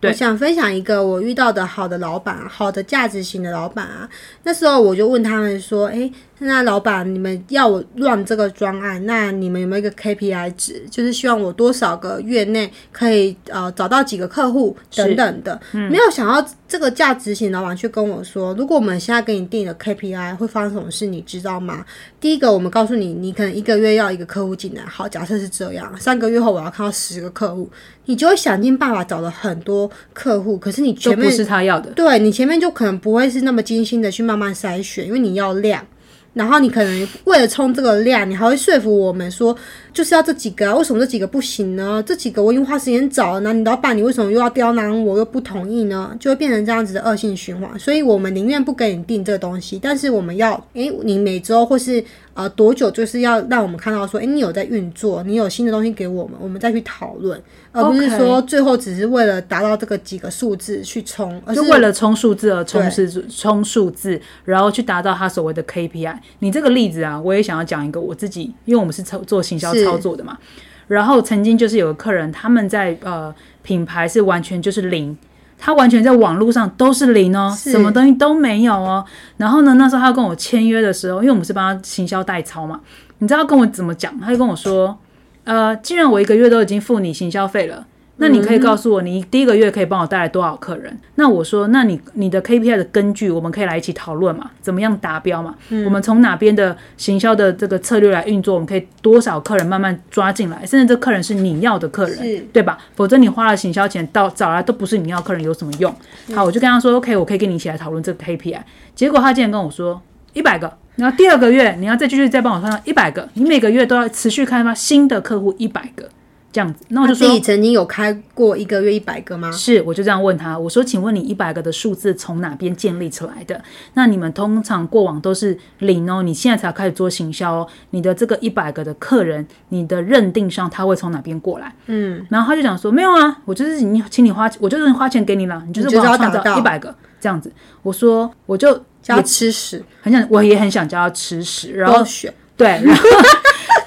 B: 对
A: 我想分享一个我遇到的好的老板啊，好的价值型的老板啊。那时候我就问他们说：“诶，那老板，你们要我乱这个专案，那你们有没有一个 KPI 值？就是希望我多少个月内可以呃找到几个客户等等的。
B: 嗯
A: 没有想到这个价值型老板去跟我说：“如果我们现在给你定了 KPI，会发生什么事，你知道吗？第一个，我们告诉你，你可能一个月要一个客户进来，好，假设是这样，三个月后我要看到十个客户，你就会想尽办法找了很多客户，可是你
B: 就
A: 前
B: 不
A: 面
B: 是他要的，
A: 对你前面就可能不会是那么精心的去慢慢筛选，因为你要量。然后你可能为了冲这个量，你还会说服我们说，就是要这几个、啊，为什么这几个不行呢？这几个我已经花时间找了，那你老板你为什么又要刁难我，又不同意呢？就会变成这样子的恶性循环。所以我们宁愿不给你定这个东西，但是我们要，诶，你每周或是呃多久，就是要让我们看到说，诶，你有在运作，你有新的东西给我们，我们再去讨论，而不是
B: OK
A: 说最后只是为了达到这个几个数字去冲，而是
B: 就为了冲数字而冲数字，冲数字，然后去达到他所谓的 KPI。你这个例子啊，我也想要讲一个我自己，因为我们是操做行销
A: 是
B: 操作的嘛。然后曾经就是有个客人，他们在呃品牌是完全就是零，他完全在网络上都是零哦，
A: 是
B: 什么东西都没有哦。然后呢，那时候他跟我签约的时候，因为我们是帮他行销代操嘛，你知道他跟我怎么讲？他就跟我说，呃，既然我一个月都已经付你行销费了。那你可以告诉我，你第一个月可以帮我带来多少客人？那我说，那你你的 KPI 的根据，我们可以来一起讨论嘛？怎么样达标嘛？我们从哪边的行销的这个策略来运作？我们可以多少客人慢慢抓进来？甚至这客人是你要的客
A: 是
B: 人，对吧？否则你花了行销钱到找来都不是你要的客人，有什么用？好，我就跟他说，OK，我可以跟你一起来讨论这个 KPI。结果他竟然跟我说一百个，然后第二个月你要再继续再帮我创造一百个，你每个月都要持续开发新的客户一百个，这样子。那我
A: 他
B: 就
A: 自
B: 说
A: 己曾经有开过一个月一百个吗？
B: 是，我就这样问他，我说：“请问你一百个的数字从哪边建立出来的？那你们通常过往都是零哦，你现在才开始做行销哦，你的这个一百个的客人，你的认定上他会从哪边过来？”
A: 嗯，
B: 然后他就讲说：“没有啊，我就是你，请你花，我就是花钱给你了，你就是
A: 你就是
B: 帮我
A: 要
B: 创
A: 达
B: 造
A: 到
B: 一百个这样子。”我说：“我就
A: 叫吃屎，
B: 很想，我也很想叫他吃屎，然后
A: 狗血，
B: 对，然后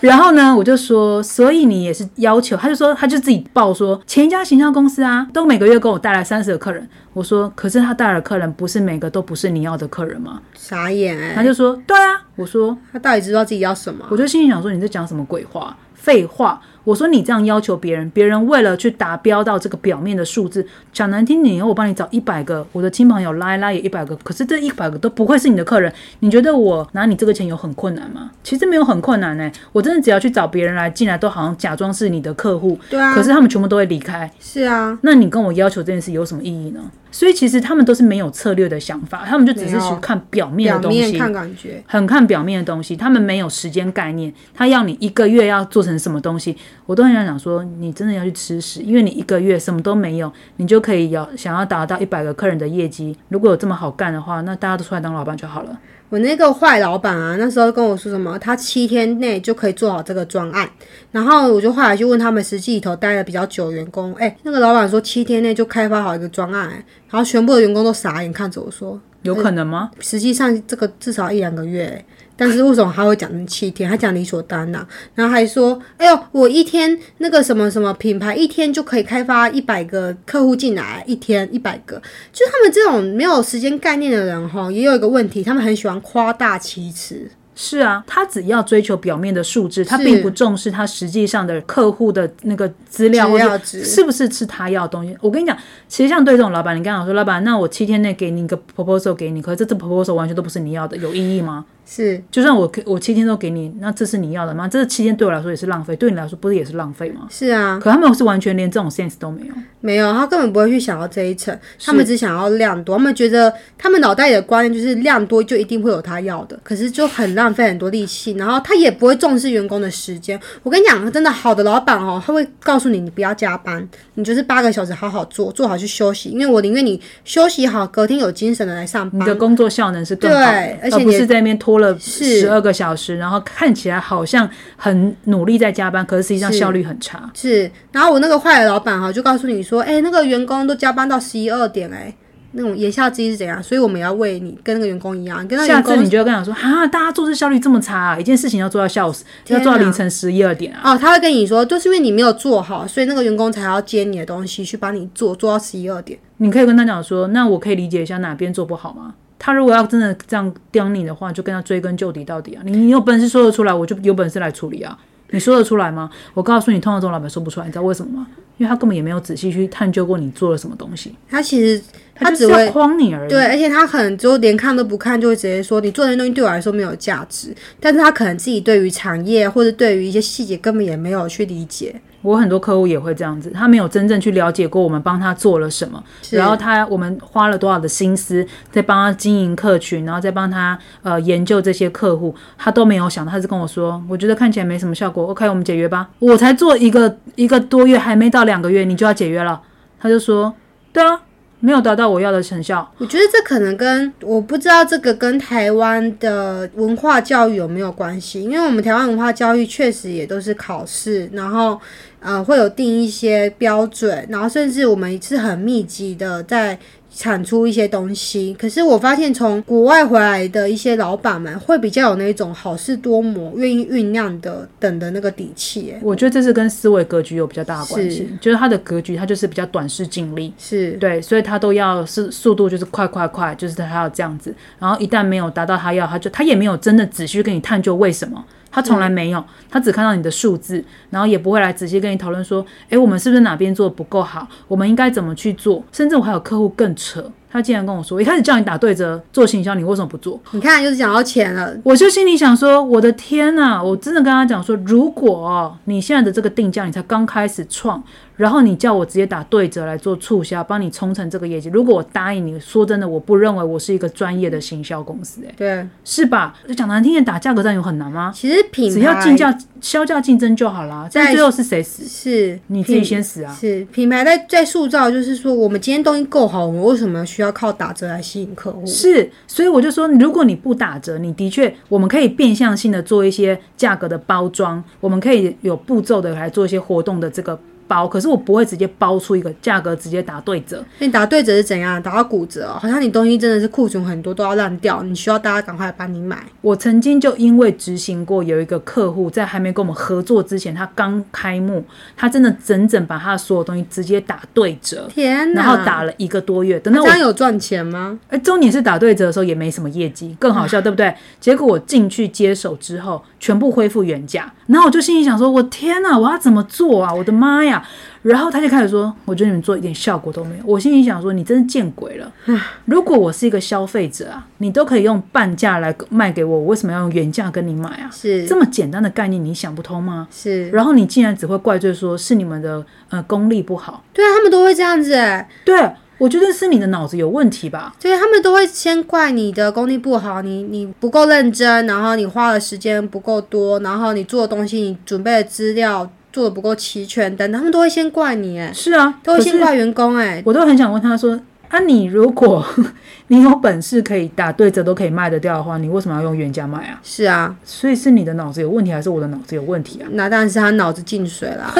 B: 然后呢，我就说，所以你也是要求，他就说，他就自己报说，前一家形象公司啊，都每个月给我带来三十个客人。我说，可是他带来的客人不是每个都不是你要的客人吗？
A: 傻眼哎、
B: 他就说，对啊。我说，
A: 他到底知道自己要什么啊
B: 我？就心里想说，你在讲什么鬼话？废话！我说你这样要求别人，别人为了去达标到这个表面的数字，讲难听点，以后我帮你找一百个，我的亲朋友拉一拉也一百个，可是这一百个都不会是你的客人，你觉得我拿你这个钱有很困难吗？其实没有很困难呢、欸我真的只要去找别人来进来，都好像假装是你的客户，
A: 对啊
B: 可是他们全部都会离开，
A: 是啊，
B: 那你跟我要求这件事有什么意义呢？所以其实他们都是没有策略的想法，他们就只是
A: 没有
B: 去看表面
A: 表
B: 的东西，
A: 面看感觉，
B: 很看表面的东西，他们没有时间概念，他要你一个月要做成什么东西，我都很想讲说，你真的要去吃屎，因为你一个月什么都没有，你就可以要想要达到一百个客人的业绩，如果有这么好干的话，那大家都出来当老板就好了。
A: 我那个坏老板啊，那时候跟我说什么，他七天内就可以做好这个专案，然后我就后来就问他们实际里头待的比较久的员工，哎、那个老板说七天内就开发好一个专案、哎然后全部的员工都傻眼看着我说，
B: 有可能吗？
A: 实际上这个至少一两个月欸，但是为什么他会讲成七天？他讲理所当然，然后还说：“哎呦，我一天那个什么什么品牌，一天就可以开发一百个客户进来，一天一百个。”就他们这种没有时间概念的人哈，也有一个问题，他们很喜欢夸大其词。
B: 是啊，他只要追求表面的数字，他
A: 是
B: 并不重视他实际上的客户的那个资料
A: 资
B: 或
A: 料
B: 者
A: 值
B: 是不啊是吃他要的东西。我跟你讲，其实像对这种老板，你刚刚说老板，那我七天内给你一个 proposal 给你，可是这次 proposal 完全都不是你要的，有意义吗？
A: 是
B: 就算我可我七天都给你，那这是你要的吗？这七天对我来说也是浪费，对你来说不是也是浪费吗？
A: 是啊，
B: 可他们是完全连这种 sense 都没有。
A: 没有，他根本不会去想到这一层，他们只想要量多，他们觉得他们脑袋里的观念就是量多就一定会有他要的，可是就很浪费很多力气，然后他也不会重视员工的时间。我跟你讲，真的好的老板哦，他会告诉你你不要加班，你就是八个小时好好做，做好去休息，因为我宁愿你休息好，隔天有精神的来上
B: 你的
A: 班。
B: 工作效能是更好的，
A: 对而且
B: 不
A: 你
B: 是在那边拖了
A: 是
B: 十二个小时，然后看起来好像很努力在加班，可是实际上
A: 是
B: 效率很差。
A: 是，然后我那个坏的老板哈，就告诉你说，哎、那个员工都加班到十一二点、哎，那种言下之意是怎样？所以我们要为你跟那个员工一样，跟那个
B: 下
A: 员
B: 次
A: 工
B: 你就要跟他说，哈，大家做事效率这么差、啊，一件事情要做到下午，要
A: 天
B: 做到
A: 哪
B: 凌晨十一二点啊。
A: 哦，他会跟你说，就是因为你没有做好，所以那个员工才要接你的东西去帮你做，做到十一二点。
B: 你可以跟他讲说，那我可以理解一下哪边做不好吗？他如果要真的这样刁你的话，就跟他追根究底到底啊！你你有本事说得出来，我就有本事来处理啊！你说得出来吗？我告诉你，通常这种老板说不出来，你知道为什么吗？因为他根本也没有仔细去探究过你做了什么东西，
A: 他其实他
B: 就
A: 只
B: 是要
A: 会
B: 诓你而已。啊
A: 对，而且他可能就连看都不看，就会直接说你做的东西对我来说没有价值。但是他可能自己对于产业或者对于一些细节根本也没有去理解。
B: 我很多客户也会这样子，他没有真正去了解过我们帮他做了什么，
A: 是
B: 然后他我们花了多少的心思在帮他经营客群，然后再帮他呃研究这些客户，他都没有想到，他是跟我说，我觉得看起来没什么效果，OK，我们解约吧。我才做一
A: 嗯
B: 个一个多月，还没到两个月，你就要解约了，他就说，对啊，没有达到我要的成效，
A: 我觉得这可能跟我不知道这个跟台湾的文化教育有没有关系，因为我们台湾文化教育确实也都是考试，然后呃会有定一些标准，然后甚至我们是很密集的在产出一些东西。可是我发现从国外回来的一些老板们会比较有那种好事多磨、愿意酝酿的等的那个底气、欸，
B: 我觉得这是跟思维格局有比较大的关
A: 是
B: 系，就是他的格局，他就是比较短视近利，
A: 是
B: 对，所以他都要是速度就是快快快，就是他要这样子。然后一旦没有达到他要，他就他也没有真的仔细跟你探究为什么，他从来没有，他只看到你的数字，然后也不会来仔细跟你讨论说，诶，我们是不是哪边做的不够好，我们应该怎么去做。甚至我还有客户更扯，他竟然跟我说，一开始叫你打对折做行销，你为什么不做？
A: 你看又是讲到钱了，
B: 我就心里想说，我的天呐、我真的跟他讲说，如果哦你现在的这个定价你才刚开始创，然后你叫我直接打对折来做促销，帮你冲成这个业绩，如果我答应你，说真的，我不认为我是一个专业的行销公司、欸，
A: 对，
B: 是吧？就讲难听点，打价格战有很难吗？
A: 其实品牌
B: 只要竞价、销价竞争就好啦，但
A: 在
B: 最后是谁死？
A: 是
B: 你自己
A: 品
B: 先死啊！
A: 是品牌在在塑造，就是说我们今天东西够好，我们为什么需要靠打折来吸引客户？
B: 是，所以我就说，如果你不打折，你的确我们可以变相性的做一些价格的包装，我们可以有步骤的来做一些活动的这个包，可是我不会直接包出一个价格直接打对折，
A: 那你打对折是怎样？打到骨折哦、好像你东西真的是库存很多都要烂掉，你需要大家赶快帮你买。
B: 我曾经就因为执行过有一个客户在还没跟我们合作之前，他刚开幕，他真的整整把他的所有东西直接打对折，
A: 天哪！
B: 然后打了一个多月，等到
A: 那
B: 我
A: 这样有赚钱吗？
B: 哎，重点是打对折的时候也没什么业绩，更好笑，对不对？结果我进去接手之后，全部恢复原价，然后我就心里想说，我天哪，我要怎么做啊？我的妈呀！然后他就开始说，我觉得你们做一点效果都没有。我心里想说，你真是见鬼了！如果我是一个消费者啊，你都可以用半价来卖给我，我为什么要用原价跟你买啊？
A: 是
B: 这么简单的概念，你想不通吗？
A: 是，
B: 然后你竟然只会怪罪说是你们的呃功力不好，
A: 对啊，他们都会这样子哎、
B: 对我觉得是你的脑子有问题吧。
A: 对他们都会先怪你的功力不好，你你不够认真，然后你花的时间不够多，然后你做的东西，你准备的资料做的不够齐全等等，他们都会先怪你哎、
B: 是啊，
A: 都会
B: 可是
A: 先怪员工哎、
B: 我都很想问他说：“啊，你如果 (laughs) 你有本事可以打对折都可以卖得掉的话，你为什么要用原价卖啊？
A: 是啊，
B: 所以是你的脑子有问题，还是我的脑子有问题啊？
A: 那当然是他脑子进水啦，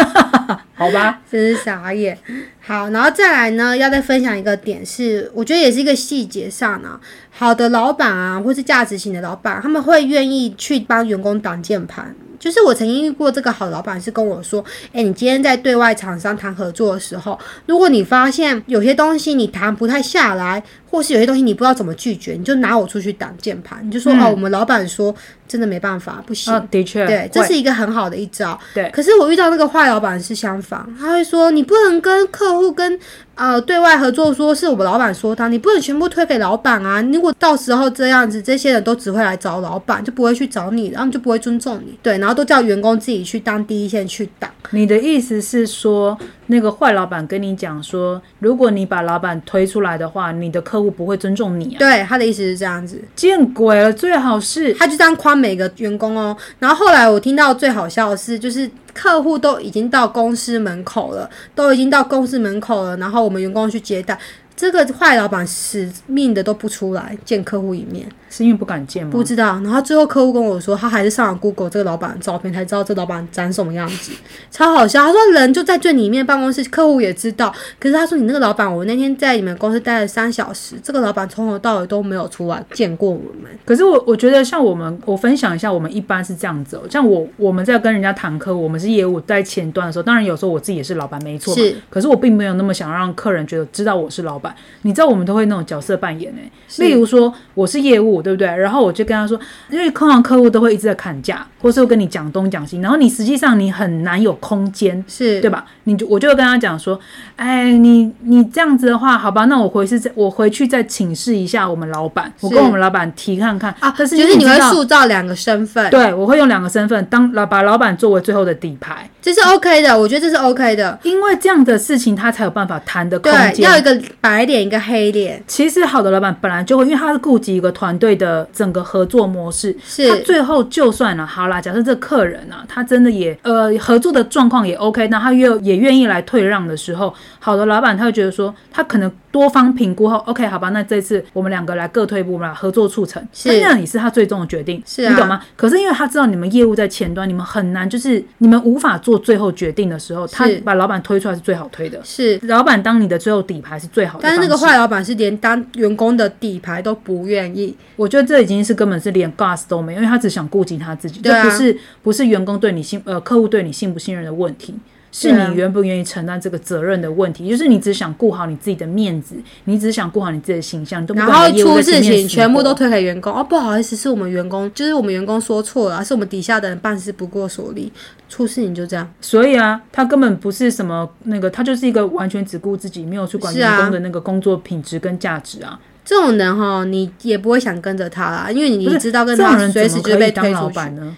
B: 好吧，
A: 真是傻眼。好，然后再来呢，要再分享一个点是，我觉得也是一个细节上啊，好的老板啊，或是价值型的老板，他们会愿意去帮员工挡键盘。就是我曾经遇过这个好老板，是跟我说：“哎、你今天在对外厂商谈合作的时候，如果你发现有些东西你谈不太下来，或是有些东西你不知道怎么拒绝，你就拿我出去挡键盘，你就说、哦，我们老板说真的没办法，不行。
B: 啊，的确，
A: 对，这
B: 会
A: 是一个很好的一招。
B: 对
A: 可是我遇到那个坏老板是相反，他会说你不能跟客户跟呃对外合作说是我们老板说他，你不能全部推给老板啊。如果到时候这样子，这些人都只会来找老板，就不会去找你，然后就不会尊重你。对，然后都叫员工自己去当第一线去挡。
B: 你的意思是说，那个坏老板跟你讲说，如果你把老板推出来的话，你的客户不会尊重你啊？
A: 对，他的意思是这样子。
B: 见鬼了！最好是
A: 他就这样夸每个员工哦。然后后来我听到最好笑的是，就是客户都已经到公司门口了，都已经到公司门口了，然后我们员工去接待。这个坏老板死命的都不出来见客户一面，
B: 是因为不敢见吗？
A: 不知道。然后最后客户跟我说，他还是上了 Google 这个老板的照片，才知道这老板长什么样子，超好笑。他说人就在最里面办公室，客户也知道。可是他说你那个老板，我那天在你们公司待了三小时，这个老板从头到尾都没有出来见过我们。
B: 可是我我觉得像我们，我分享一下，我们一般是这样子、哦，像我我们在跟人家谈客户，我们是业务在前端的时候，当然有时候我自己也是老板，没错嘛。
A: 是
B: 可是我并没有那么想让客人觉得知道我是老板，你知道我们都会那种角色扮演哎、
A: 是
B: 例如说我是业务，对不对？然后我就跟他说，因为通常客户都会一直在砍价，或是会跟你讲东讲西，然后你实际上你很难有空间
A: 是
B: 对吧？你就我就会跟他讲说，哎，你你这样子的话，好吧，那我回去再我回去再请示一下我们老板，我跟
A: 是
B: 我们老板提看看
A: 啊，
B: 但是
A: 就是你
B: 知
A: 会哎
B: 道
A: 塑造两个身份，
B: 对，我会用两个身份当老把老板作为最后的底牌，
A: 这是 OK 的，我觉得这是 OK 的。
B: 因为这样的事情他才有办法谈的空
A: 对，要一
B: 间。
A: 个白脸，一个黑脸，
B: 其实好的老板本来就会，因为他是顾及一个团队的整个合作模式，他
A: 是
B: 最后就算了，好啦，假设这客人啊，他真的也呃合作的状况也 OK，那他又也愿意来退让的时候，好的老板他会觉得说，他可能多方评估后，OK，好吧，那这次我们两个来各退一步嘛，合作促成，
A: 是
B: 那那也是他最终的决定，
A: 是啊
B: 你懂吗？可是因为他知道你们业务在前端，你们很难就是你们无法做最后决定的时候，他
A: 是
B: 把老板推出来是最好推的，
A: 是。
B: 老板当你的最后底牌是最好的方
A: 但
B: 式，
A: 是那个坏老板是连当员工的底牌都不愿意，
B: 我觉得这已经是根本是连 gas 都没有，因为他只想顾及他自己，
A: 对啊
B: 这不是不是员工对你信呃客户对你信不信任的问题，是
A: 对啊
B: 你愿不愿意承担这个责任的问题，就是你只想顾好你自己的面子，你只想顾好你自己的形象，你都不
A: 然
B: 管
A: 后
B: 你业务
A: 出
B: 在前
A: 事
B: 面
A: 情
B: 死
A: 全部
B: 活
A: 都推给员工。哦，不好意思，是我们员工，就是我们员工说错了，是我们底下的人办事不过所力，出事情就这样。
B: 所以啊，他根本不是什么那个，他就是一个完全只顾自己，没有去管
A: 是啊
B: 员工的那个工作品质跟价值啊。
A: 这种人哈，你也不会想跟着他啦，因为你
B: 不是
A: 知道
B: 这
A: 跟
B: 种
A: 他
B: 人
A: 随
B: 怎
A: 时
B: 么
A: 就
B: 可以
A: 被
B: 当
A: 推
B: 老
A: 出去。
B: 板呢？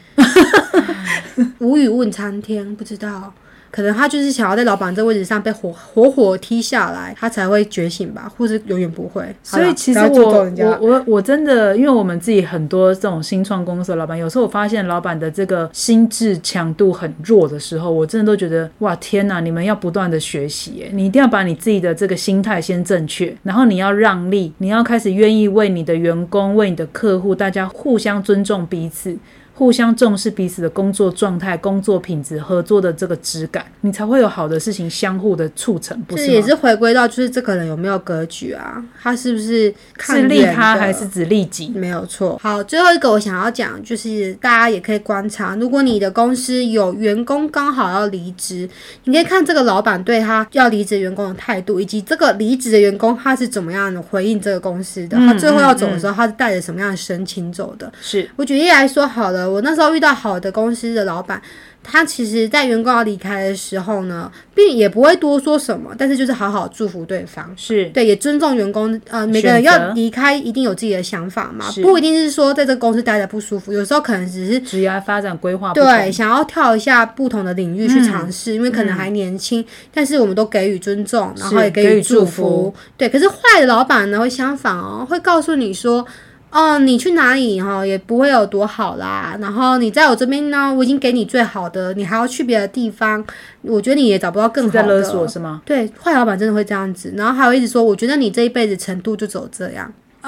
A: 无语问苍天，不知道，可能他就是想要在老板这位置上被活活活踢下来，他才会觉醒吧，或是永远不会。
B: 所以其实
A: 好啦不要诅咒
B: 我
A: 人
B: 我
A: 家
B: 我我真的，因为我们自己很多这种新创公司的老板，有时候我发现老板的这个心智强度很弱的时候，我真的都觉得哇天哪，你们要不断的学习耶，你一定要把你自己的这个心态先正确，然后你要让利，你要开始愿意为你的员工、为你的客户，大家互相尊重彼此。互相重视彼此的工作状态、工作品质、合作的这个质感，你才会有好的事情相互的促成，不
A: 这
B: 是吗？
A: 也是回归到就是这个人有没有格局啊，他是不是看
B: 是利
A: 人
B: 他
A: 的
B: 还是只利己？
A: 没有错。好，最后一个我想要讲就是，大家也可以观察，如果你的公司有员工刚好要离职，你可以看这个老板对他要离职员工的态度，以及这个离职的员工他是怎么样的回应这个公司的，他最后要走的时候，他是带着什么样的神情走的。
B: 是
A: 我举例来说好了，我那时候遇到好的公司的老板，他其实在员工要离开的时候呢，并也不会多说什么，但是就是好好祝福对方。
B: 是，
A: 对，也尊重员工，呃，每个人
B: 选择
A: 要离开一定有自己的想法嘛，
B: 是
A: 不一定是说在这个公司待着不舒服，有时候可能只是
B: 职业发展规划不嗯同
A: 对想要跳一下不同的领域去尝试，因为可能还年轻，但是我们都给予尊重，然后
B: 是
A: 也
B: 给
A: 予
B: 予祝
A: 祝
B: 福
A: 对，可是坏的老板呢会相反哦，会告诉你说。哦，你去哪里哈也不会有多好啦。然后你在我这边呢，我已经给你最好的，你还要去别的地方，我觉得你也找不到更
B: 是
A: 好的。
B: 在勒索是吗？
A: 对，坏老板真的会这样子，然后还会一直说，我觉得你这一辈子程度就走这样。 (laughs)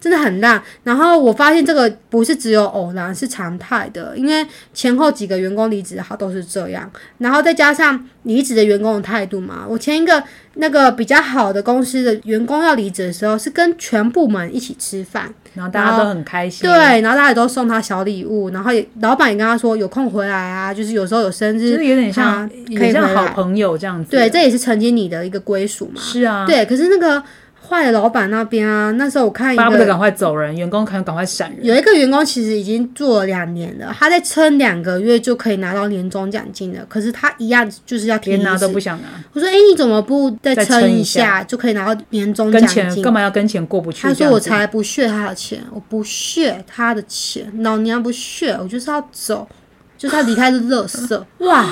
A: 真的很烂，然后我发现这个不是只有偶然，是常态的，因为前后几个员工离职，他都是这样，然后再加上离职的员工的态度嘛。我前一个那个比较好的公司的员工要离职的时候，是跟全部门一起吃饭，
B: 然后大家都很开心，
A: 对，，然后大家也都送他小礼物，然后也老板也跟他说有空回来啊，就是有时候有生
B: 就
A: 日
B: 是有点像
A: 啊
B: 有
A: 可以
B: 点像
A: 回
B: 好
A: 来，
B: 朋友这样子，
A: 对，，这也是曾经你的一个归属嘛。
B: 是啊，
A: 对，可是那个坏的老板那边啊，那时候我看一
B: 巴不得
A: 个
B: 赶快走人，员工赶赶快闪人。
A: 有一个员工其实已经做了两年了，他再撑两个月就可以拿到年终奖金了，可是他一样就是要提
B: 连拿
A: 离
B: 都
A: 职
B: 不想啊拿，
A: 我说：“哎、你怎么不再
B: 再
A: 撑
B: 撑一
A: 一下就可以拿到年终嗯
B: 跟
A: 奖
B: 钱
A: 金
B: 干嘛要跟钱过不？”去？
A: 他
B: 这
A: 说：“
B: 样
A: 我
B: 子
A: 才不屑他的钱，我不屑他的钱，老娘不屑，我就是要走，就是要离开这垃圾。”哇，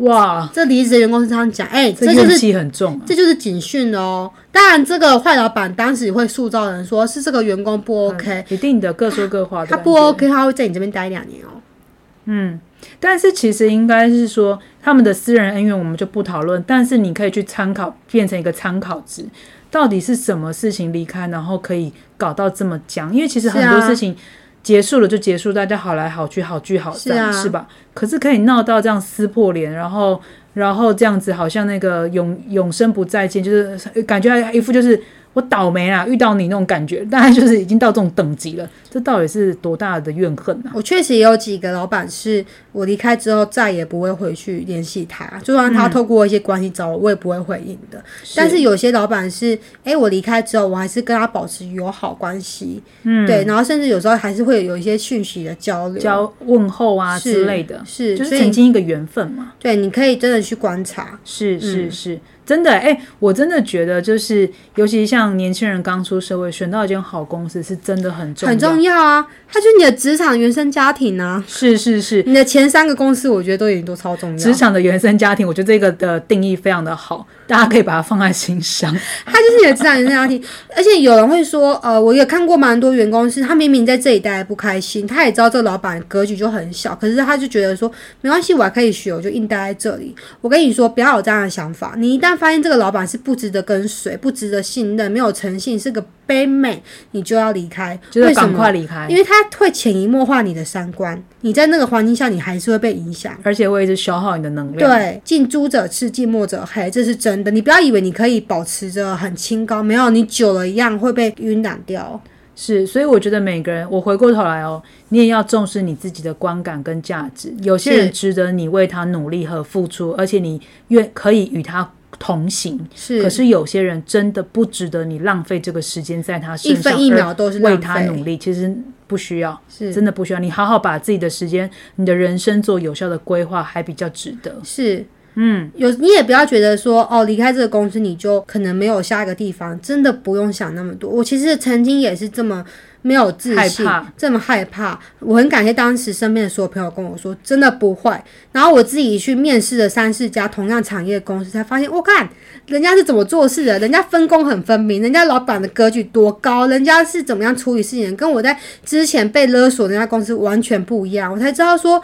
B: 哇，
A: 这离职的员工是这样讲，哎、
B: 这
A: 这就
B: 怨
A: 是
B: 气很重啊。
A: 这就是警讯哦。当然，这个坏老板当时也会塑造人说是这个员工不 OK，、
B: 一定的，各说各嗯话的
A: 他
B: 感觉。
A: 不 OK，他会在你这边待两年哦。
B: 但是其实应该是说他们的私人恩怨我们就不讨论，但是你可以去参考，变成一个参考值，到底是什么事情离开，然后可以搞到这么僵？因为其实很
A: 是啊
B: 多事情结束了就结束，大家好来好去，好聚好散，
A: 是啊
B: 吧？可是可以闹到这样撕破脸，然后然后这样子，好像那个永永生不再见，就是感觉一副就是。我倒霉啦，遇到你那种感觉，大概就是已经到这种等级了。这到底是多大的怨恨啊？
A: 我确实也有几个老板是我离开之后再也不会回去联系他，就算
B: 嗯
A: 他透过一些关系找我，我也不会回应的。但是有些老板是，哎、我离开之后，我还是跟他保持友好关系，嗯，对，然后甚至有时候还是会有一些讯息的交流，
B: 交问候啊
A: 是
B: 之类的，
A: 是，
B: 就是
A: 所
B: 曾
A: 以
B: 经一个缘分嘛。
A: 对，你可以真的去观察，
B: 是是是，真的哎、我真的觉得就是，尤其像年轻人刚出社会，选到一间好公司是真的很重要。
A: 很重要啊，它就是你的职场原生家庭啊，
B: 是是是，
A: 你的前三个公司，我觉得都已经都超重要
B: 职，场的原生家庭，我觉得这个的定义非常的好，大家可以把它放在心上。
A: 他就是你的职场人生家庭。而且有人会说，呃，我也看过蛮多员工是，他明明在这里待得不开心，他也知道这个老板格局就很小，可是他就觉得说，没关系，我还可以学，我就硬待在这里。我跟你说，不要有这样的想法。你一旦发现这个老板是不值得跟随、不值得信任、没有诚信，是个卑美，你就要离开。
B: 就是
A: 为什
B: 赶
A: 么？
B: 快离开
A: 因。为他会潜移默化你的三观，你在那个环境下，你还是会被影响。
B: 而且会一直消耗你的能量，
A: 对，近朱者赤，近墨者黑，这是真的。你不要以为你可以保持着很清高，没有，你久了一样会被晕染掉。
B: 是，所以我觉得每个人，我回过头来哦，你也要重视你自己的观感跟价值。有些人
A: 是
B: 值得你为他努力和付出，而且你愿可以与他同行。
A: 是，
B: 可是有些人真的不值得你浪费这个时间在他身
A: 一
B: 上，
A: 分一秒都是
B: 而为
A: 浪
B: 他努
A: 费。
B: 力，其实不需要，
A: 是
B: 真的不需要。你好好把自己的时间、你的人生做有效的规划，还比较值得。
A: 是，嗯，有你也不要觉得说哦，离开这个公司你就可能没有下一个地方，真的不用想那么多。我其实曾经也是这么。没有自
B: 害
A: 信
B: 怕，
A: 这么害怕，我很感谢当时身边的所有朋友跟我说，真的不会。然后我自己去面试了三四家同样产业的公司，才发现，我、看人家是怎么做事的，人家分工很分明，人家老板的格局多高，人家是怎么样处理事情的，跟我在之前被勒索的那家公司完全不一样。我才知道说，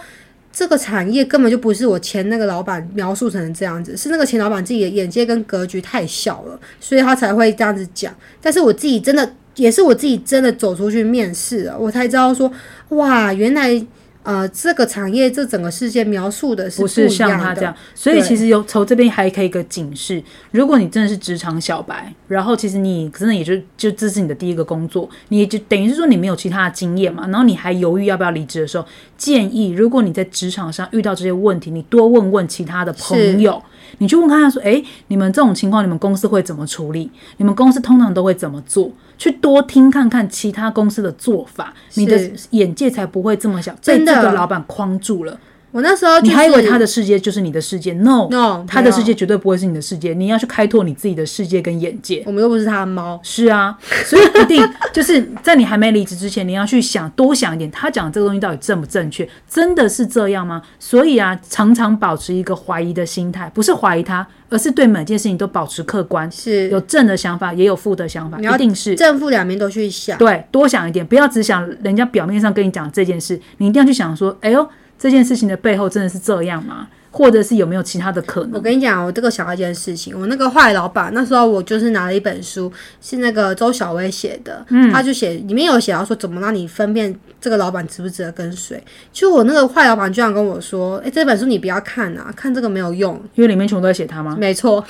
A: 这个产业根本就不是我前那个老板描述成这样子，是那个前老板自己的眼界跟格局太小了，所以他才会这样子讲。但是我自己真的，也是我自己真的走出去面试了，我才知道说，哇，原来呃这个产业这整个世界描述的是
B: 不
A: 一
B: 是像
A: 样
B: 他这
A: 的
B: 样，所以
A: 对
B: 其实有从这边还可以一个警示：如果你真的是职场小白，然后其实你真的也就就这是你的第一个工作，你也就等于是说你没有其他的经验嘛，然后你还犹豫要不要离职的时候，建议如果你在职场上遇到这些问题，你多问问其他的朋友，你去问看看说，诶，你们这种情况，你们公司会怎么处理？你们公司通常都会怎么做？去多听看看其他公司的做法，你的
A: 是
B: 眼界才不会这么小，被
A: 真的
B: 这个老板框住了。
A: 我那时候、就是、
B: 你还以为他的世界就是你的世界？No，
A: no，
B: 他的世
A: 没
B: 界绝对不会是你的世界，你要去开拓你自己的世界跟眼界
A: 有，。我们又不是他的猫，
B: 是啊，所以一定就是在你还没离职之前，你要去想多想一点，他讲这个东西到底正不正确，真的是这样吗？所以啊，常常保持一个怀疑的心态，不是怀疑他，而是对每件事情都保持客观，
A: 是
B: 有正的想法，也有负的想法，
A: 你要
B: 一定是
A: 正负两面都去想。
B: 对，多想一点，不要只想人家表面上跟你讲这件事，你一定要去想说，哎呦，这件事情的背后真的是这样吗？或者是有没有其他的可
A: 我
B: 能？
A: 跟你讲，我哦这个想到一件事情，我那个坏老板，那时候我就是拿了一本书，是那个周小薇写的，他就写里面有写到说怎么让你分辨这个老板值不值得跟随。就我那个坏老板居然跟我说：“哎、这本书你不要看啊，看这个没有用。
B: 因为里面全部都在写他”吗？
A: 没错，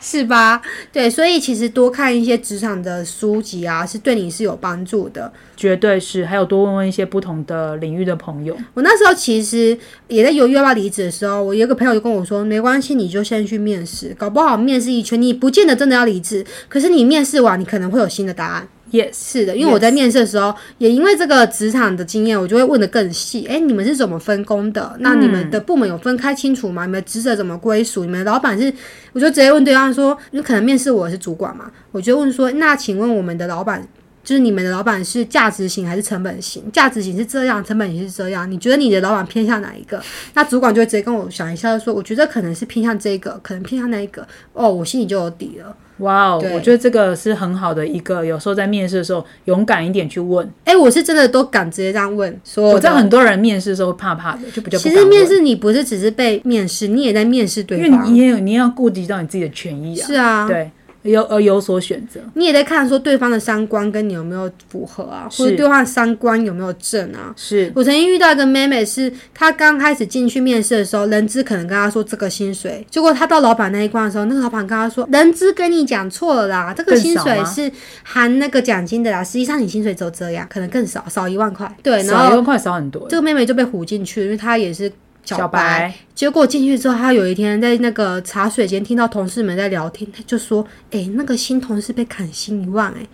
A: 是吧？对，所以其实多看一些职场的书籍啊，是对你是有帮助的。
B: 绝对是，还有多问问一些不同的领域的朋友。
A: 我那时候其实也在犹豫要不要离离职的时候，我有一个朋友就跟我说，没关系，你就先去面试，搞不好面试一圈，你不见得真的要离职，可是你面试完，你可能会有新的答案。
B: Yes，
A: 是的，因为我在面试的时候也因为这个职场的经验，我就会问的更细。哎、你们是怎么分工的？那你们的部门有分开清楚吗？你们的职责怎么归属？你们的老板是？我就直接问对方说，你可能面试我是主管嘛，我就问说，那请问我们的老板？就是你们的老板是价值型还是成本型？价值型是这样，成本型是这样。你觉得你的老板偏向哪一个？那主管就会直接跟我想一下，说我觉得可能是偏向这个，可能偏向那一个。哦，我心里就有底了。
B: 哇哦
A: 对，
B: 我觉得这个是很好的一个，有时候在面试的时候勇敢一点去问。
A: 哎、我是真的都敢直接哦这样问，说
B: 我知道很多人面试的时候会怕怕的，就比较不
A: 其
B: 敢
A: 实
B: 问
A: 面，试你不是只是被面试，你也在面试
B: 因
A: 对
B: 为你
A: 方。
B: 也有你也要顾及到你自己的权益啊，
A: 是啊，
B: 对，有而有所选择。
A: 你也在看说对方的三观跟你有没有符合啊，或者
B: 是
A: 对方的三观有没有正啊。
B: 是
A: 我曾经遇到一个妹妹是，她刚开始进去面试的时候，人资可能跟她说这个薪水，结果她到老板那一关的时候，那个老板跟她说，人资跟你讲错了啦，这个
B: 更
A: 薪
B: 少
A: 水
B: 吗
A: 是含那个奖金的啦，实际上你薪水只有这样，可能更少，少一万块。对，然
B: 少一
A: 后
B: 万块少很多，
A: 这个妹妹就被唬进去，因为她也是小
B: 小白
A: 结果进去之后，他有一天在那个茶水间听到同事们在聊天，他就说：“哎、那个新同事被砍薪一万、欸，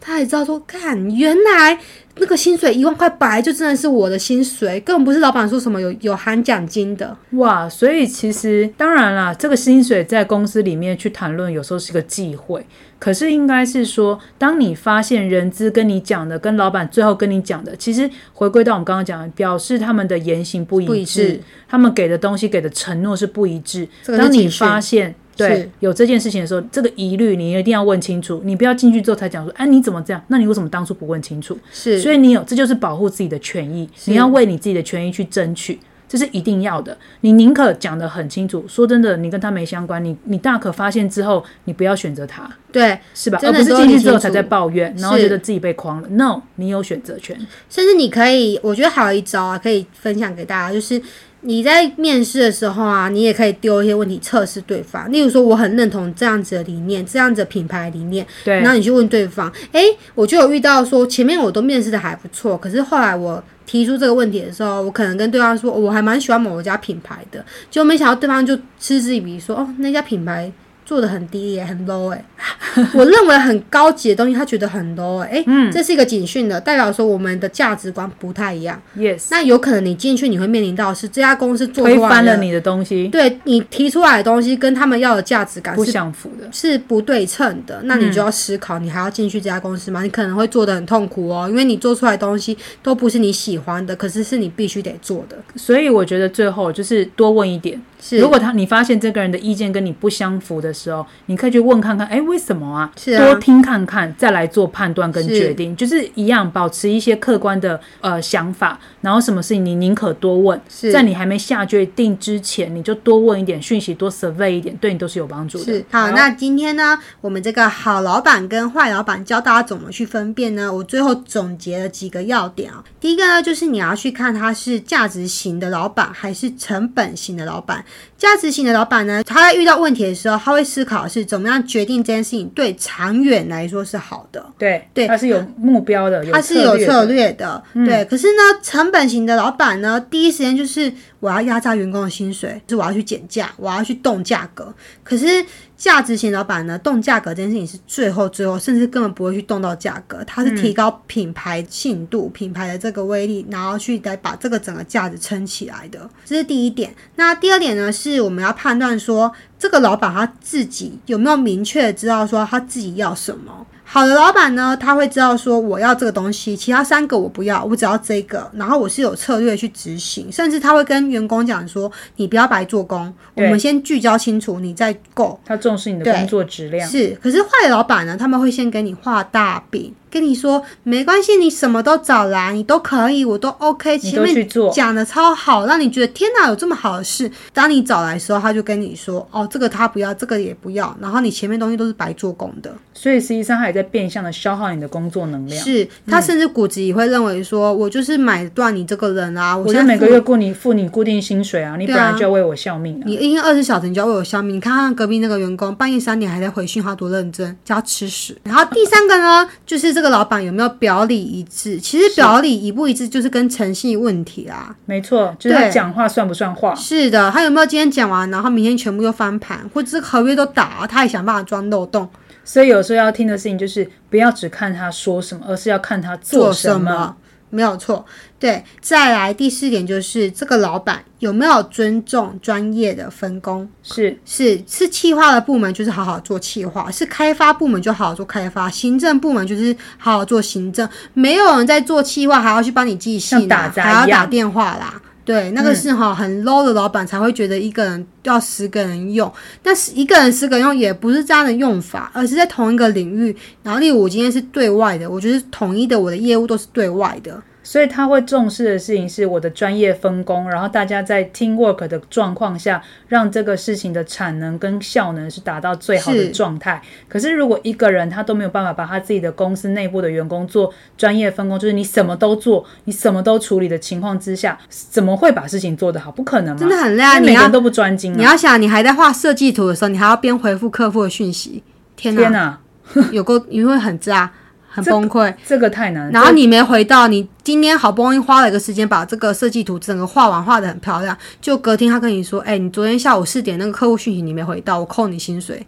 A: 他还知道说，看原来那个薪水一万块，本来就真的是我的薪水，根本不是老板说什么有有含奖金的。
B: 哇，所以其实当然啦，这个薪水在公司里面去谈论，有时候是个忌讳。可是应该是说，当你发现人资跟你讲的，跟老板最后跟你讲的，其实回归到我们刚刚讲的，表示他们的言行不
A: 不一
B: 一
A: 致
B: 致，他们给的东西、给的承诺是不一致。
A: 这个是
B: 当你
A: 警讯
B: 发现
A: 是
B: 对有这件事情的时候，这个疑虑你一定要问清楚，你不要进去之后才讲说，哎、你怎么这样？那你为什么当初不问清楚？
A: 是，
B: 所以你有，这就是保护自己的权益，你要为你自己的权益去争取，这是一定要的。你宁可讲得很清楚，说真的，你跟他没相关，你你大可发现之后，你不要选择他，
A: 对，
B: 是吧？
A: 真
B: 而
A: 的
B: 不是
A: 都
B: 进
A: 理
B: 去
A: 清
B: 之后才
A: 楚
B: 在抱怨，然后
A: 是
B: 觉得自己被框了。No，你有选择权。
A: 甚至你可以，我觉得还有一招啊，可以分享给大家，就是你在面试的时候啊，你也可以丢一些问题测试对方。例如说，我很认同这样子的理念，这样子的品牌理念，
B: 对
A: 然后你去问对方，诶，我就有遇到说，前面我都面试的还不错，可是后来我。提出这个问题的时候，我可能跟对方说，哦我还蛮喜欢某一家品牌的，结果没想到对方就嗤之以鼻说，哦，那家品牌做的很低耶、很 low 哎、
B: (laughs)
A: 我认为很高级的东西，他觉得很 low 哎、诶
B: 嗯
A: 这是一个警讯的，代表说我们的价值观不太一样。
B: Yes，
A: 那有可能你进去你会面临到是这家公司做
B: 推
A: 出来
B: 翻了
A: 的，
B: 你的东西，
A: 对你提出来的东西跟他们要的价值感
B: 不
A: 是
B: 相符的。
A: 是不对称的，那
B: 嗯
A: 你就要思考，你还要进去这家公司吗？你可能会做的很痛苦哦，因为你做出来的东西都不是你喜欢的，可是是你必须得做的。
B: 所以我觉得最后就是多问一点。
A: 是，
B: 如果他你发现这个人的意见跟你不相符的时候，你可以去问看看，哎，为什么啊？
A: 是啊
B: 多听看看，再来做判断跟
A: 是
B: 决定，就是一样保持一些客观的呃想法，然后什么事情你宁可多问，
A: 是
B: 在你还没下决定之前，你就多问一点讯息，多 survey 一点，对你都是有帮助的。
A: 是好，那今天呢，我们这个好老板跟坏老板教大家怎么去分辨呢？我最后总结了几个要点啊、第一个呢，就是你要去看他是价值型的老板还是成本型的老板。价值型的老板呢，他在遇到问题的时候，他会思考是怎么样决定这件事情对长远来说是好的。
B: 对
A: 对
B: 他是有目标的，
A: 它是有
B: 略
A: 策
B: 的。
A: 略的，对。可是呢，成本型的老板呢，第一时间就是我要压榨员工的薪水，就是我要去减价，我要去动价格。可是价值型老板呢，动价格这件事情是最后最后，甚至根本不会去动到价格，它是提高品牌信度、品牌的这个威力，然后去来把这个整个价值撑起来的。这是第一点。那第二点呢，是我们要判断说这个老板他自己有没有明确地知道说他自己要什么。好的老板呢，他会知道说我要这个东西，其他三个我不要，我只要这个。然后我是有策略去执行，甚至他会跟员工讲说，你不要白做工，我
B: 对
A: 们先聚焦清楚，你再购。
B: 他重视你的
A: 对
B: 工作质量，
A: 是，可是坏的老板呢，他们会先给你画大饼，跟你说没关系，你什么都找来，你都可以，我都 OK。
B: 你
A: 前
B: 都去
A: 面
B: 做。
A: 讲的超好，让你觉得天哪，有这么好的事。当你找来的时候，他就跟你说，哦，这个他不要，这个也不要，然后你前面东西都是白做工的。
B: 所以实际上他也在变相的消耗你的工作能量。嗯
A: 是他甚至骨子里会认为说，我就是买断你这个人啊，我
B: 我
A: 现
B: 就
A: 在
B: 每个
A: 付
B: 月。雇你付你固定薪水啊，你
A: 对
B: 本
A: 啊
B: 来就要为我效命啊。
A: 你一天二十小时，你就要为我消灭。你看看隔壁那个员工，半夜三点还在回讯，他多认真，叫他吃屎。然后第三个呢，就是这这个老板有没有表里一致。其实表里一不一致就是跟诚信问题啦。
B: 没错，就是他
A: 对
B: 讲话算不算话？
A: 是的，他有没有今天讲完，然后明天全部又翻盘，或者是合约都打，他也想办法钻漏洞
B: 所以有时候要听的事情就是不要只看他说什么，而是要看他
A: 做
B: 什
A: 什么？没有错，对。再来第四点就是这个老板有没有尊重专业的分工。
B: 是
A: 是是企划的部门就是好好做企划，是开发部门就好好做开发，行政部门就是好好做行政。没有人在做企划还要去帮你寄
B: 像
A: 信、
B: 打
A: 啊，
B: 杂
A: 还要
B: 一样嗯
A: 打电话啦。对，那个是哈、很 low 的老板才会觉得一个人要十个人用，但是一个人十个人用也不是这样的用法，而是在同一个领域。然后，例如我今天是对外的，我觉得统一的我的业务都是对外的。
B: 所以他会重视的事情是我的专业分工，然后大家在 team work 的状况下，让这个事情的产能跟效能是达到最好的
A: 是
B: 状态。可是如果一个人他都没有办法把他自己的公司内部的员工做专业分工，就是你什么都做，你什么都处理的情况之下，怎么会把事情做得好？不可能嘛！
A: 真的很累啊
B: 那每
A: 你
B: 个
A: 要
B: 人都不专精
A: 你
B: 啊！
A: 要想，你还在画设计图的时候，你还要边回复客户的讯息。天哪，
B: 天哪，
A: (laughs) 有够，你会很炸，很崩溃。
B: 这个太难了。
A: 然后你没回到，你今天好不容易花了一个时间把这个设计图整个画完，画的很漂亮，就隔天他跟你说：“哎、你昨天下午四点那个客户讯息你没回到，我扣你薪水。”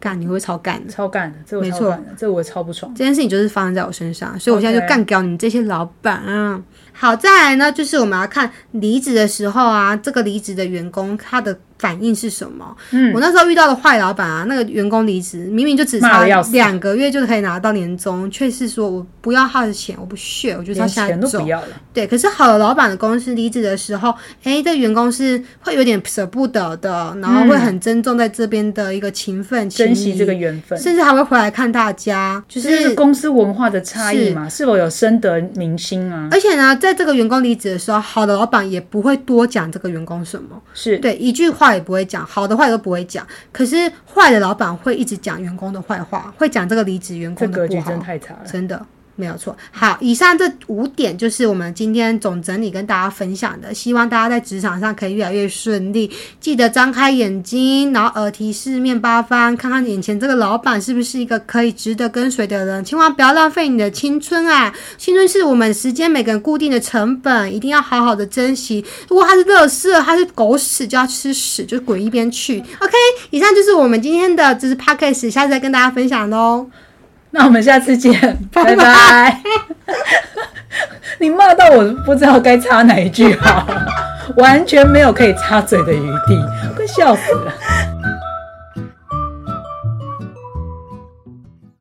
A: 干，你会超干的。
B: 超干的，这我
A: 没
B: 超
A: 错
B: 干的，这我超不爽。
A: 这件事情就是发生在我身上，所以我现在
B: OK
A: 就干掉你们这些老板、啊。好，再来呢，就是我们要看离职的时候啊，这个离职的员工他的反应是什么？嗯，我那时候遇到的坏老板啊，那个员工离职，明明就只
B: 骂
A: 差
B: 得要死
A: 两个月就可以拿到年终，却是说我不要他的钱，我不屑，我就是要
B: 连
A: 下
B: 钱都
A: 走
B: 不。要了，
A: 对，可是好的老板的公司离职的时候，诶，这员工是会有点舍不得的，然后会很珍重在这边的一个勤奋、
B: 嗯珍惜
A: 情谊
B: 这个缘分。
A: 甚至还会回来看大家，就
B: 这就是
A: 是。
B: 公司文化的差异嘛，是否有深得民心啊？
A: 而且呢，在这个员工离职的时候，好的老板也不会多讲这个员工什么，
B: 是
A: 对，一句话也不会讲，好的坏的都不会讲。可是坏的老板会一直讲员工的坏话，会讲这个离职员
B: 这
A: 工
B: 格
A: 的不
B: 局
A: 好，
B: 真太差了。
A: 真的没有错。好，以上这五点就是我们今天总整理跟大家分享的，希望大家在职场上可以越来越顺利。记得张开眼睛，然后耳呃提四面八方，看看眼前这个老板是不是一个可以值得跟随的人，千万不要浪费你的青春啊！青春是我们时间每个人固定的成本，一定要好好的珍惜。如果他是垃圾，他是狗屎，就要吃屎，就滚一边去。OK，以上就是我们今天的就是 podcast，下次再跟大家分享喽。
B: 那我们下次见，拜
A: (laughs) 拜
B: 拜。 (laughs) 你骂到我不知道该插哪一句好，完全没有可以插嘴的余地，快笑死了。